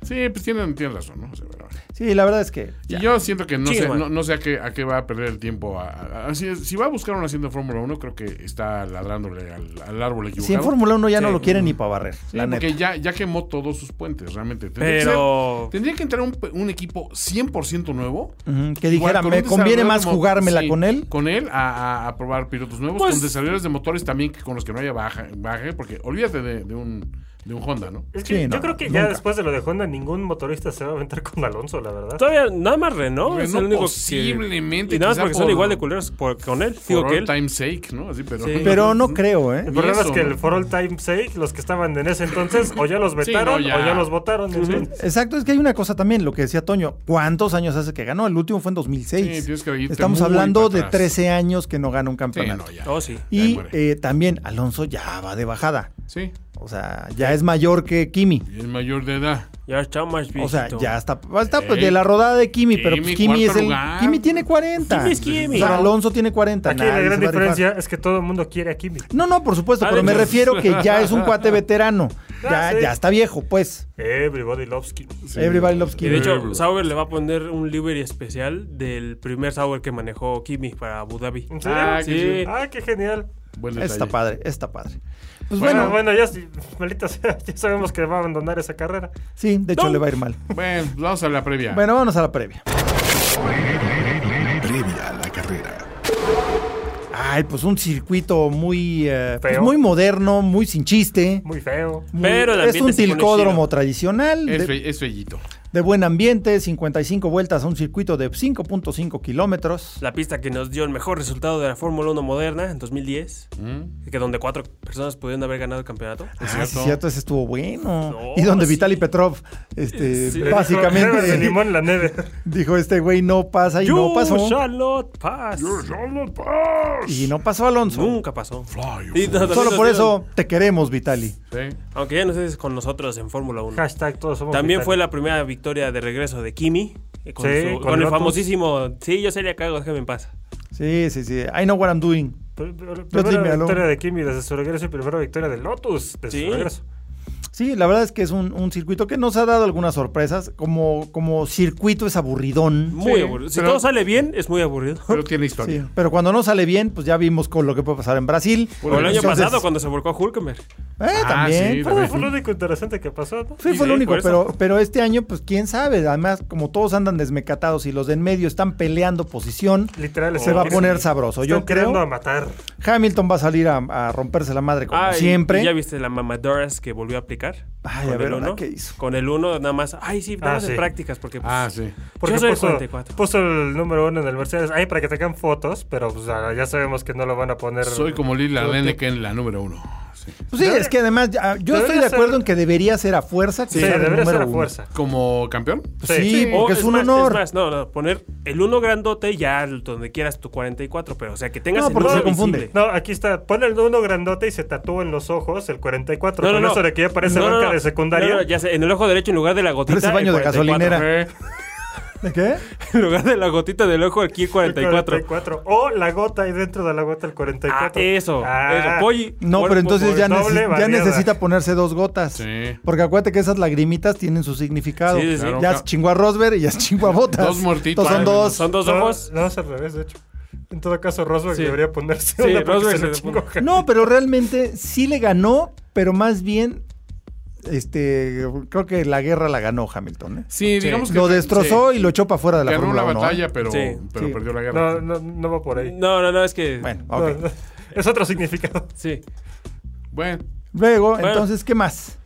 Speaker 2: Sí, pues tienen, tienen razón, ¿no? O sea, pero bueno.
Speaker 1: Sí, la verdad es que.
Speaker 2: Y yo siento que no
Speaker 3: Chingue,
Speaker 2: sé,
Speaker 3: man.
Speaker 2: no, no sé a qué, a qué va a perder el tiempo. a- a- a- si, si va a buscar un asiento en Fórmula 1, creo que está ladrándole al, al árbol equivocado.
Speaker 1: Si en Fórmula 1 ya no
Speaker 3: Sí.
Speaker 1: lo quieren ni para barrer,
Speaker 2: Sí,
Speaker 1: la neta.
Speaker 2: porque ya, ya quemó todos sus puentes, realmente. Tendría que
Speaker 3: Pero.
Speaker 2: ser- tendría que entrar un, un equipo 100% nuevo.
Speaker 1: Ujú, que
Speaker 2: Igual,
Speaker 1: dijera,
Speaker 2: con
Speaker 1: me
Speaker 2: un
Speaker 1: conviene
Speaker 2: desarrollador
Speaker 1: más
Speaker 2: de mo-
Speaker 1: jugármela
Speaker 2: sí,
Speaker 1: con él.
Speaker 2: Con él a, a- a probar pilotos nuevos,
Speaker 3: Pues-
Speaker 2: con desarrolladores de motores también que- con los que no haya baja- baje, porque olvídate de, de un, de un Honda, ¿no?
Speaker 4: Es que
Speaker 1: Sí,
Speaker 4: yo
Speaker 1: no,
Speaker 4: creo que ya
Speaker 1: nunca.
Speaker 4: después de lo de Honda, ningún motorista se va a aventar con Alonso, la verdad.
Speaker 3: Todavía nada más Renault, es
Speaker 2: Renault
Speaker 3: el único que-
Speaker 2: posiblemente,
Speaker 3: Y nada más
Speaker 2: quizá
Speaker 3: porque son
Speaker 2: por-
Speaker 3: igual de culeros por- con él. Digo
Speaker 2: For
Speaker 3: que
Speaker 2: all
Speaker 3: él.
Speaker 2: time sake, ¿no? Así, pero...
Speaker 3: Sí.
Speaker 1: Pero no creo, ¿eh?
Speaker 4: El problema
Speaker 2: eso,
Speaker 4: es que
Speaker 2: ¿no?
Speaker 4: el For All Time Sake, los que estaban en ese entonces, o ya los
Speaker 2: Sí,
Speaker 4: vetaron
Speaker 2: no, ya.
Speaker 4: o ya los votaron. en fin.
Speaker 1: Exacto, es que hay una cosa también, lo que decía Toño, ¿cuántos años hace que ganó? El último fue en 2006.
Speaker 2: Sí, tienes que irte
Speaker 1: Estamos
Speaker 2: muy
Speaker 1: hablando
Speaker 2: para
Speaker 1: de
Speaker 2: atrás.
Speaker 1: 13 años que no gana un
Speaker 2: Sí,
Speaker 1: campeonato.
Speaker 2: no, ya.
Speaker 3: Oh, sí.
Speaker 2: ahí
Speaker 1: Y
Speaker 2: muere.
Speaker 1: eh, también Alonso ya va de bajada.
Speaker 2: Sí,
Speaker 1: O sea, ya es mayor que Kimi.
Speaker 2: y es mayor de edad.
Speaker 3: Ya está más viejito.
Speaker 1: O sea, ya está, está pues,
Speaker 2: Ey.
Speaker 1: de la rodada de Kimi, pero pues,
Speaker 2: Kimi,
Speaker 1: Kimi es
Speaker 2: cuarto
Speaker 1: el.
Speaker 2: lugar.
Speaker 1: Kimi tiene 40.
Speaker 3: Kimi es Kimi.
Speaker 1: O sea, Alonso tiene 40.
Speaker 4: Aquí la
Speaker 1: nadie
Speaker 4: gran
Speaker 1: se va a rifar.
Speaker 4: diferencia es que todo el mundo quiere a Kimi.
Speaker 1: No, no, por supuesto,
Speaker 3: Ah,
Speaker 1: pero
Speaker 3: de
Speaker 1: me
Speaker 3: hecho.
Speaker 1: refiero que ya es un cuate veterano. Ya,
Speaker 4: Ah, sí.
Speaker 1: ya está viejo, pues.
Speaker 4: Everybody loves Kimi.
Speaker 1: Everybody loves
Speaker 3: Y
Speaker 1: Kimi.
Speaker 3: de hecho, Sauber le va a poner un livery especial del primer Sauber que manejó Kimi para Abu Dhabi.
Speaker 4: ¿En serio?
Speaker 2: Ah,
Speaker 4: Ah,
Speaker 2: qué
Speaker 3: Sí.
Speaker 4: qué genial.
Speaker 2: Buen detalle.
Speaker 1: Está padre, está padre. Pues
Speaker 4: Bueno,
Speaker 1: bueno,
Speaker 4: bueno, ya, sí, maldita sea, ya sabemos que va a abandonar esa carrera.
Speaker 1: sí, de hecho
Speaker 3: No.
Speaker 1: le va a ir mal.
Speaker 2: Bueno, vamos a la
Speaker 4: Ah.
Speaker 2: previa.
Speaker 1: Bueno, vámonos a la previa.
Speaker 5: Previa a la carrera.
Speaker 1: Ay, pues un circuito muy, eh, pues,
Speaker 4: Feo.
Speaker 1: muy moderno, muy sin chiste.
Speaker 4: Muy feo.
Speaker 1: muy-
Speaker 3: Pero el
Speaker 1: es
Speaker 3: ambiente
Speaker 1: un
Speaker 3: se pone
Speaker 1: tilcódromo
Speaker 3: chido.
Speaker 1: tradicional.
Speaker 2: es,
Speaker 1: de-
Speaker 2: fe- es fellito.
Speaker 1: de buen ambiente, 55 vueltas a un circuito de 5.5 kilómetros.
Speaker 3: La pista que nos dio el mejor resultado de la Fórmula 1 moderna en 2010,
Speaker 1: Mm.
Speaker 3: que donde cuatro personas pudieron haber ganado el campeonato.
Speaker 1: Ah,
Speaker 2: cierto.
Speaker 1: sí, cierto, ese estuvo bueno.
Speaker 3: No,
Speaker 1: y donde
Speaker 3: sí.
Speaker 1: Vitaly Petrov, este,
Speaker 3: Sí.
Speaker 4: Básicamente. de
Speaker 1: básicamente,
Speaker 4: limón en la nieve.
Speaker 1: dijo, este güey no pasa y
Speaker 3: You
Speaker 1: no pasó.
Speaker 3: shall not pass.
Speaker 1: Y no pasó Alonso.
Speaker 3: Nunca pasó. Y no- también
Speaker 1: Solo
Speaker 3: nos
Speaker 1: por
Speaker 3: dieron-
Speaker 1: eso te queremos, Vitali.
Speaker 2: Sí.
Speaker 3: Aunque ya no estés con nosotros en Fórmula 1.
Speaker 4: Hashtag todos somos.
Speaker 3: También
Speaker 4: Vitali.
Speaker 3: fue la primera victoria de regreso de Kimi. eh, Con,
Speaker 4: Sí,
Speaker 3: su-
Speaker 4: con
Speaker 3: con el
Speaker 4: Lotus.
Speaker 3: famosísimo. Sí, yo sería cago, déjame en paz.
Speaker 1: Sí, sí, sí. I know what I'm doing.
Speaker 4: Pr- pr-
Speaker 1: Yo Pues dime,
Speaker 4: Primera
Speaker 1: Alon.
Speaker 4: victoria de Kimi desde su regreso y primera victoria de Lotus desde
Speaker 3: Sí.
Speaker 4: su regreso.
Speaker 1: Sí, la verdad es que es un, un circuito que nos ha dado algunas sorpresas. Como, como circuito es aburridón.
Speaker 3: Muy
Speaker 2: Sí,
Speaker 3: aburrido. Si
Speaker 2: pero-
Speaker 3: todo sale bien, es muy aburrido.
Speaker 2: Pero tiene
Speaker 1: Sí,
Speaker 2: historia.
Speaker 1: pero cuando no sale bien, pues ya vimos con lo que puede pasar en Brasil.
Speaker 3: Como el año
Speaker 1: Entonces,
Speaker 3: pasado, cuando se volcó Hulkenberg.
Speaker 1: eh,
Speaker 2: Ah,
Speaker 1: también.
Speaker 2: sí,
Speaker 1: Sí,
Speaker 4: Fue fue lo único interesante que pasó, ¿no?
Speaker 1: fue
Speaker 3: Sí,
Speaker 1: lo
Speaker 3: por
Speaker 1: único,
Speaker 3: eso.
Speaker 1: pero, pero este año, pues quién sabe. Además, como todos andan desmecatados y los de en medio están peleando posición,
Speaker 4: Literal.
Speaker 1: se va a poner sabroso. Yo creo
Speaker 4: queriendo a matar.
Speaker 1: Hamilton va a salir a, a romperse la madre como
Speaker 3: Ah, y-
Speaker 1: siempre.
Speaker 3: y ya viste la mamadoras que volvió a aplicar.
Speaker 1: Ay,
Speaker 3: con
Speaker 1: a ver,
Speaker 3: el
Speaker 1: ¿ahora
Speaker 3: uno.
Speaker 1: qué hizo?
Speaker 3: Con el 1, nada más. Ay, sí, nada
Speaker 4: Ah,
Speaker 3: más de
Speaker 4: sí.
Speaker 3: prácticas. Porque, pues,
Speaker 2: Ah, sí.
Speaker 3: Porque yo soy el
Speaker 4: puso,
Speaker 3: 44.
Speaker 4: puso el número uno en el Mercedes. Ahí para que te hagan fotos, pero pues, ah, ya sabemos que no lo van a poner.
Speaker 2: Soy como Lila Leneken, la número uno. Sí.
Speaker 1: Pues sí, es que además ya- yo estoy de
Speaker 4: debería
Speaker 1: acuerdo
Speaker 4: ser-
Speaker 1: en que debería ser a fuerza. que
Speaker 4: Sí,
Speaker 1: sea el
Speaker 4: debería ser
Speaker 1: número
Speaker 4: a
Speaker 1: uno.
Speaker 4: fuerza.
Speaker 2: ¿Como campeón?
Speaker 1: Sí,
Speaker 4: Sí.
Speaker 3: O,
Speaker 1: porque es, un
Speaker 3: más,
Speaker 1: honor.
Speaker 3: Oh, Es más, no, no, poner el 1 grandote ya donde quieras tu 44, pero o sea, que tengas
Speaker 1: No,
Speaker 3: el
Speaker 1: porque
Speaker 3: uno
Speaker 1: se confunde.
Speaker 3: visible.
Speaker 4: No, aquí está. Pon el uno grandote y se tatúa en los ojos el 44. con eso de que ya parece
Speaker 3: No, no,
Speaker 4: banca
Speaker 3: no.
Speaker 4: de secundaria.
Speaker 3: No, no, ya sé, en el ojo derecho en lugar de la gotita.
Speaker 1: Parece
Speaker 3: el
Speaker 1: baño de
Speaker 3: 44.
Speaker 1: gasolinera.
Speaker 4: Eh,
Speaker 1: ¿De qué?
Speaker 3: En lugar de la gotita del ojo aquí el
Speaker 4: el
Speaker 3: 44.
Speaker 4: 44. O la gota y dentro de la gota el 44.
Speaker 3: Ah, eso.
Speaker 4: Ah.
Speaker 3: eso. Polly,
Speaker 1: No,
Speaker 3: por-
Speaker 1: pero
Speaker 3: por-
Speaker 1: entonces
Speaker 3: por-
Speaker 1: ya,
Speaker 4: doble
Speaker 1: necesi- ya
Speaker 4: barriada.
Speaker 1: necesita ponerse dos gotas.
Speaker 2: Sí.
Speaker 1: Porque acuérdate que esas lagrimitas tienen su significado.
Speaker 3: Sí, sí, sí.
Speaker 1: Ya es chingua Rosberg y ya es chingua Botas.
Speaker 2: Dos muertitos.
Speaker 1: Entonces son dos.
Speaker 3: Son dos
Speaker 4: No,
Speaker 3: ojos.
Speaker 4: No, es al revés, de hecho. En todo caso, Rosberg
Speaker 3: Sí.
Speaker 4: debería ponerse
Speaker 3: Sí,
Speaker 4: una porque
Speaker 3: Rosberg
Speaker 4: se lo
Speaker 3: se
Speaker 4: chingó.
Speaker 1: No, pero realmente sí le ganó, pero más bien, este, creo que la guerra la ganó Hamilton. ¿eh?
Speaker 2: Sí, digamos que.
Speaker 1: Lo destrozó y lo echó para fuera de la
Speaker 2: Ganó
Speaker 1: Fórmula
Speaker 2: una
Speaker 1: 1. ¿eh?
Speaker 2: batalla, pero,
Speaker 3: Sí.
Speaker 2: pero
Speaker 1: Sí.
Speaker 2: perdió la guerra.
Speaker 4: No, no, no va por ahí.
Speaker 3: No, no, no, es que.
Speaker 1: Bueno,
Speaker 4: No,
Speaker 1: ok.
Speaker 4: no. Es otro significado.
Speaker 3: Sí.
Speaker 2: Bueno,
Speaker 1: Luego,
Speaker 3: Bueno.
Speaker 1: entonces, ¿qué más?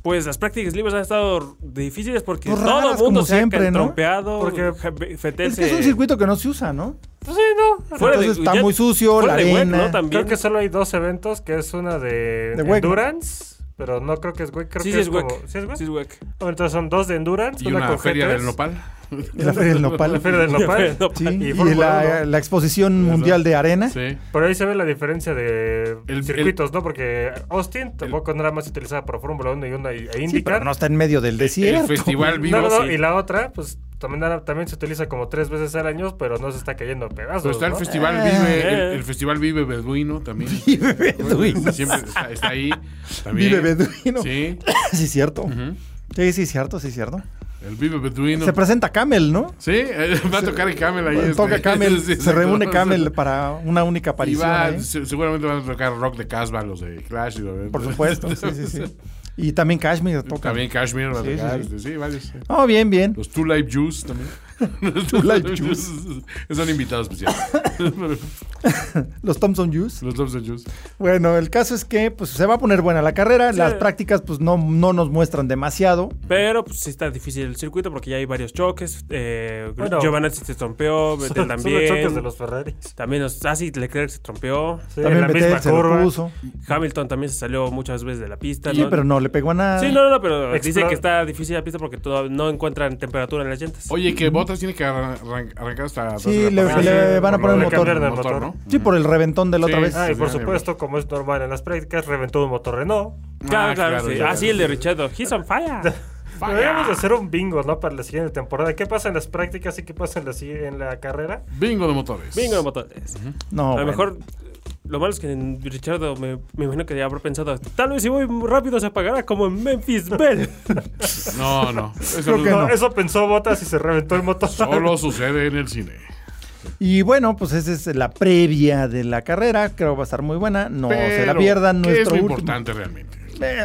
Speaker 3: Pues las prácticas libres han estado difíciles porque
Speaker 1: Pues
Speaker 3: todo
Speaker 1: raras,
Speaker 3: el mundo
Speaker 1: como
Speaker 3: se
Speaker 1: siempre,
Speaker 3: ha
Speaker 1: ¿no?
Speaker 3: trompeado.
Speaker 4: Porque-
Speaker 3: Porque Fetel
Speaker 1: Es que es un
Speaker 3: se-
Speaker 1: circuito que no se usa, ¿no?
Speaker 4: Pues sí, no.
Speaker 1: Entonces está muy sucio,
Speaker 3: fuera
Speaker 1: la
Speaker 3: de web,
Speaker 1: arena.
Speaker 3: ¿no? También.
Speaker 4: Creo que solo hay dos eventos, que es una de,
Speaker 1: De WEC, ¿no?
Speaker 4: Endurance, pero no creo que es WEC, creo
Speaker 3: sí,
Speaker 4: que
Speaker 3: sí, es
Speaker 4: como...
Speaker 3: WEC.
Speaker 4: ¿Sí es WEC?
Speaker 3: Sí, es WEC.
Speaker 4: Bueno, entonces son dos de Endurance,
Speaker 2: y una
Speaker 4: con
Speaker 2: feria
Speaker 4: GTs,
Speaker 2: del nopal.
Speaker 1: En la Feria del
Speaker 4: La
Speaker 1: Nopal.
Speaker 4: feria del Nopal.
Speaker 3: No,
Speaker 1: Sí,
Speaker 4: Y
Speaker 1: y,
Speaker 4: Fórmula
Speaker 1: la,
Speaker 4: Uno.
Speaker 1: la exposición mundial de arena.
Speaker 2: Sí.
Speaker 4: Por ahí se ve la diferencia de
Speaker 2: El-
Speaker 4: circuitos, ¿no? Porque Austin tampoco nada más utilizada por Fórmula 1 y una y- e
Speaker 1: Sí, pero
Speaker 4: IndyCar.
Speaker 1: no está en medio del desierto.
Speaker 2: El festival vivo.
Speaker 4: No, no, no,
Speaker 2: sí.
Speaker 4: y la otra, pues también, era- también se utiliza como tres veces al año, pero no se está cayendo a pedazos.
Speaker 2: Pero está el
Speaker 4: ¿no?
Speaker 2: Festival
Speaker 1: Eh.
Speaker 2: Vive, el, el Festival Vive Beduino también.
Speaker 1: Vive Beduino.
Speaker 2: Siempre está, está ahí. También.
Speaker 1: Vive Beduino.
Speaker 2: Sí.
Speaker 1: Sí, cierto.
Speaker 2: Ujú.
Speaker 1: Sí, sí, cierto, sí, cierto.
Speaker 2: El Vive Beduino.
Speaker 1: Se presenta Camel, ¿no?
Speaker 2: Sí, eh, va a tocar el Camel ahí. este.
Speaker 1: Toca Camel,
Speaker 2: Sí,
Speaker 1: se
Speaker 2: exacto.
Speaker 1: reúne Camel ¿eh? para una única
Speaker 2: Y
Speaker 1: aparición.
Speaker 2: va,
Speaker 1: ahí.
Speaker 2: se- seguramente van a tocar rock de Casbah, los de Clash. y los-
Speaker 1: Por supuesto, sí, sí, sí. Y también Kashmir toca.
Speaker 2: También Pues- Cashmere va a
Speaker 1: Sí, sí,
Speaker 2: tocar.
Speaker 1: sí.
Speaker 2: este, Sí, varios.
Speaker 1: Oh, bien, bien.
Speaker 2: Los Two Life Juice también. Los Two
Speaker 1: Life
Speaker 2: Juice. Son invitados especiales.
Speaker 1: Los Thompson Juice.
Speaker 2: Los Thompson Juice.
Speaker 1: Bueno, el caso es que pues, se va a poner buena la carrera. Las prácticas pues no, no nos muestran demasiado.
Speaker 3: Pero pues sí está difícil el circuito porque ya hay varios choques. Eh,
Speaker 4: Bueno.
Speaker 3: Giovanazzi se trompeó, Vettel
Speaker 4: Son- Son los choques de
Speaker 3: también.
Speaker 4: los Ferraris.
Speaker 3: También los ah, sí, Leclerc se trompeó.
Speaker 4: Sí,
Speaker 1: también
Speaker 4: en la
Speaker 1: Vettel
Speaker 4: misma
Speaker 1: se
Speaker 4: curva.
Speaker 1: lo puso.
Speaker 3: Hamilton también se salió muchas veces de la pista.
Speaker 1: Sí, pero no le pegó a nada.
Speaker 3: Sí, no, no, pero
Speaker 4: Explo-
Speaker 3: dice que está difícil la pista porque to- no encuentran temperatura en las llantas.
Speaker 2: Oye, que Botas tiene que arran- arran- arrancar hasta. atrás
Speaker 1: Sí,
Speaker 2: de la
Speaker 1: le-
Speaker 2: parrilla.
Speaker 4: le
Speaker 2: Sí,
Speaker 4: van a
Speaker 2: por
Speaker 4: poner
Speaker 2: lo de
Speaker 4: motor.
Speaker 2: cambiar del
Speaker 4: Ah, motor,
Speaker 2: motor,
Speaker 1: Sí, por el reventón de la
Speaker 2: Sí.
Speaker 1: otra vez.
Speaker 4: Ah, y por
Speaker 2: Sí, sí,
Speaker 4: supuesto, como es normal en las prácticas, reventó un motor ¿eh? Renault.
Speaker 2: ¿no?
Speaker 3: claro, claro, sí.
Speaker 2: ya.
Speaker 3: Ah, sí, el de Richardo. He's on fire.
Speaker 4: Deberíamos hacer un bingo, ¿no? Para la siguiente temporada. ¿Qué pasa en las prácticas y qué pasa en la, si- en la carrera?
Speaker 2: Bingo de motores.
Speaker 3: Bingo de motores.
Speaker 1: No,
Speaker 3: a
Speaker 1: Oh,
Speaker 3: lo
Speaker 1: bueno.
Speaker 3: mejor, lo malo es que en Richardo me, me imagino que ya habrá pensado, tal vez si voy rápido se apagará como en Memphis Bell.
Speaker 2: No, no. Eso,
Speaker 1: Creo
Speaker 2: no-
Speaker 1: que
Speaker 4: No,
Speaker 1: no.
Speaker 4: Eso pensó Botas y se reventó el motor.
Speaker 2: Solo sucede en el cine.
Speaker 1: Y bueno, pues esa es la previa de la carrera. Creo va a estar muy buena. No se la
Speaker 2: Pero,
Speaker 1: pierdan.
Speaker 2: ¿qué es
Speaker 1: Nuestro
Speaker 2: lo
Speaker 1: último.
Speaker 2: importante realmente?
Speaker 1: Eh,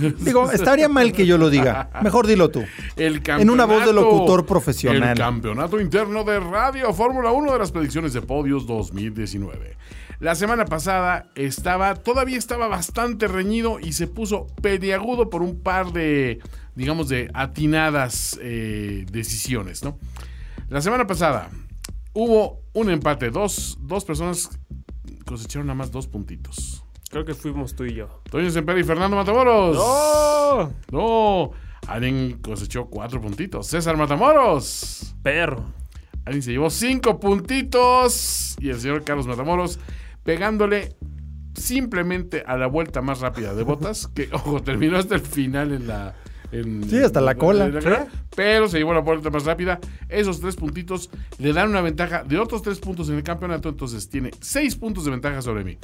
Speaker 1: eh, digo, estaría mal que yo lo diga. Mejor dilo tú.
Speaker 2: El campeonato,
Speaker 1: En una voz de locutor profesional.
Speaker 2: El campeonato interno de Radio Fórmula 1 de las predicciones de podios 2019. La semana pasada estaba, todavía estaba bastante reñido y se puso pediagudo por un par de, digamos, de atinadas eh, decisiones, ¿no? La semana pasada hubo un empate, dos, dos personas cosecharon nada más dos puntitos.
Speaker 3: Creo que fuimos tú y yo. ¡Oh!
Speaker 2: Toño Semperi y Fernando Matamoros.
Speaker 3: ¡No!
Speaker 2: No, alguien cosechó cuatro puntitos. César Matamoros.
Speaker 3: Perro.
Speaker 2: Alguien se llevó cinco puntitos. Y el señor Carlos Matamoros pegándole simplemente a la vuelta más rápida de botas. Que, ojo, terminó hasta el final en la. en-
Speaker 1: Sí, hasta la
Speaker 2: en
Speaker 1: cola.
Speaker 2: en Pero se llevó la vuelta más rápida. Esos tres puntitos le dan una ventaja de otros tres puntos en el campeonato. Entonces tiene seis puntos de ventaja sobre mí.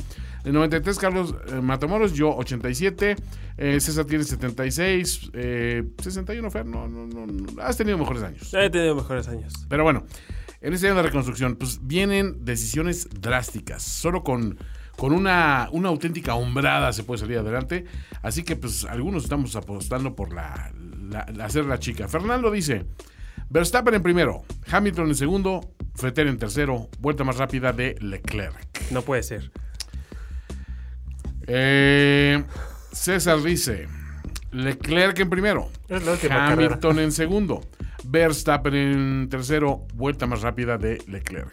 Speaker 2: En 93, Carlos eh, Matamoros, yo 87. eh, César tiene 76. eh, 61, Fer. No, no, no, no. Has tenido mejores años.
Speaker 3: Ya he tenido mejores años.
Speaker 2: Pero bueno, en este año de reconstrucción, pues vienen decisiones drásticas. Solo con, con una, una auténtica hombrada se puede salir adelante. Así que, pues, algunos estamos apostando por la, la- la- hacer la chica. Fernando dice: Verstappen en primero, Hamilton en segundo, Fetel en tercero, vuelta más rápida de Leclerc.
Speaker 3: No puede ser.
Speaker 2: Eh, César dice: Leclerc en primero,
Speaker 4: Es la última
Speaker 2: Hamilton en segundo. Verstappen en tercero. Vuelta más rápida de Leclerc.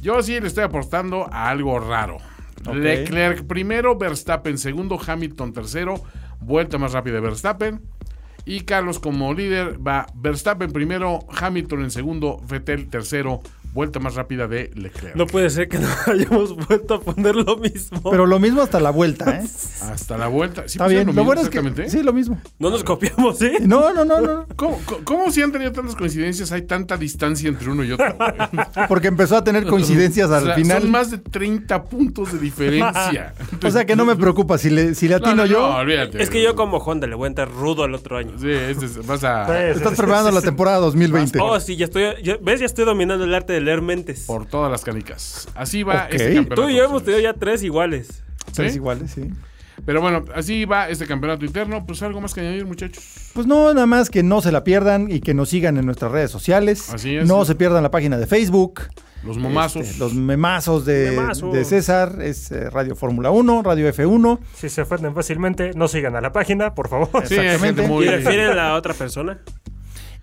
Speaker 2: Yo sí le estoy aportando a algo raro.
Speaker 1: Ok.
Speaker 2: Leclerc primero, Verstappen segundo, Hamilton tercero. Vuelta más rápida de Verstappen. Y Carlos como líder va Verstappen primero, Hamilton en segundo, Vettel tercero. Vuelta más rápida de Leclerc.
Speaker 3: No puede ser que no hayamos vuelto a poner lo mismo.
Speaker 1: Pero lo mismo hasta la vuelta, ¿eh?
Speaker 2: Hasta la vuelta. Sí
Speaker 1: Está bien.
Speaker 2: pusieron
Speaker 1: Lo
Speaker 2: mismo
Speaker 1: bueno es que.
Speaker 2: exactamente. ¿eh?
Speaker 1: Sí, lo mismo.
Speaker 3: no nos copiamos, ¿eh?
Speaker 1: No, no, no, no.
Speaker 2: ¿Cómo, cómo- cómo si han tenido tantas coincidencias hay tanta distancia entre uno y otro? güey?
Speaker 1: Porque empezó a tener coincidencias
Speaker 2: O sea,
Speaker 1: al final.
Speaker 2: Son más de 30 puntos de diferencia.
Speaker 1: O sea que no me preocupa. Si le, si le
Speaker 2: pues, No,
Speaker 1: atino
Speaker 2: no, no,
Speaker 1: yo,
Speaker 2: olvídate.
Speaker 3: Es que yo como Honda le voy a entrar rudo al otro año.
Speaker 2: Sí, este es- vas a.
Speaker 4: carrera.
Speaker 1: estás preparando la temporada 2020.
Speaker 3: Oh, sí, ya estoy. ya- ¿Ves? Ya estoy dominando el arte de leer mentes.
Speaker 2: Por todas las canicas. Así va
Speaker 1: Ok.
Speaker 2: este
Speaker 1: Tú y
Speaker 2: campeonato.
Speaker 3: Tú y yo hemos tenido
Speaker 2: señores.
Speaker 3: ya tres iguales.
Speaker 1: Tres
Speaker 2: Oh, ¿Sí?
Speaker 1: iguales, sí.
Speaker 2: Pero bueno, así va este campeonato interno. Pues algo más que añadir, muchachos.
Speaker 1: Pues no, nada más que no se la pierdan y que nos sigan en nuestras redes sociales.
Speaker 2: Así es.
Speaker 1: No se pierdan la página de Facebook.
Speaker 2: Los momazos.
Speaker 1: Este, los memazos de,
Speaker 3: Memazos.
Speaker 1: de César. Es eh, Radio Fórmula 1, Radio F1.
Speaker 4: Si se ofenden fácilmente, no sigan a la página, por favor.
Speaker 2: Sí, hay gente
Speaker 1: exactamente.
Speaker 3: ¿Y
Speaker 2: muy-
Speaker 3: refieren a otra persona?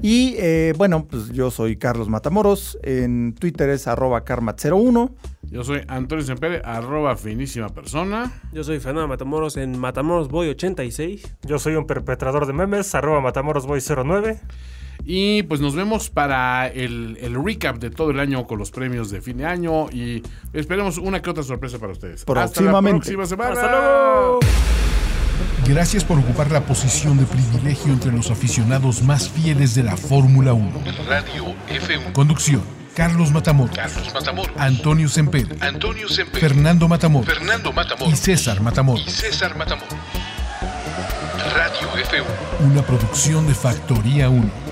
Speaker 1: Y eh, bueno, pues yo soy Carlos Matamoros. En Twitter es arroba carmat01.
Speaker 2: Yo soy Antonio Sempere, arroba finísima persona.
Speaker 3: Yo soy Fernando Matamoros en Matamoros Boy 86.
Speaker 4: Yo soy un perpetrador de memes, arroba matamorosboy09.
Speaker 2: Y pues nos vemos para el, el recap de todo el año con los premios de fin de año. Y esperemos una que otra sorpresa para ustedes.
Speaker 1: Próximamente.
Speaker 2: Hasta la próxima semana.
Speaker 3: ¡Hasta luego!
Speaker 5: Gracias por ocupar la posición de privilegio entre los aficionados más fieles de la Fórmula 1.
Speaker 6: Radio F1.
Speaker 5: Conducción: Carlos Matamoros,
Speaker 6: Carlos Matamoros.
Speaker 5: Antonio Semper,
Speaker 6: Antonio Semper.
Speaker 5: Fernando Matamoros
Speaker 6: Fernando
Speaker 5: y
Speaker 6: Matamoros.
Speaker 5: César
Speaker 6: Y
Speaker 5: Matamoros.
Speaker 6: César Matamoros. Radio F1.
Speaker 5: Una producción de Factoría 1.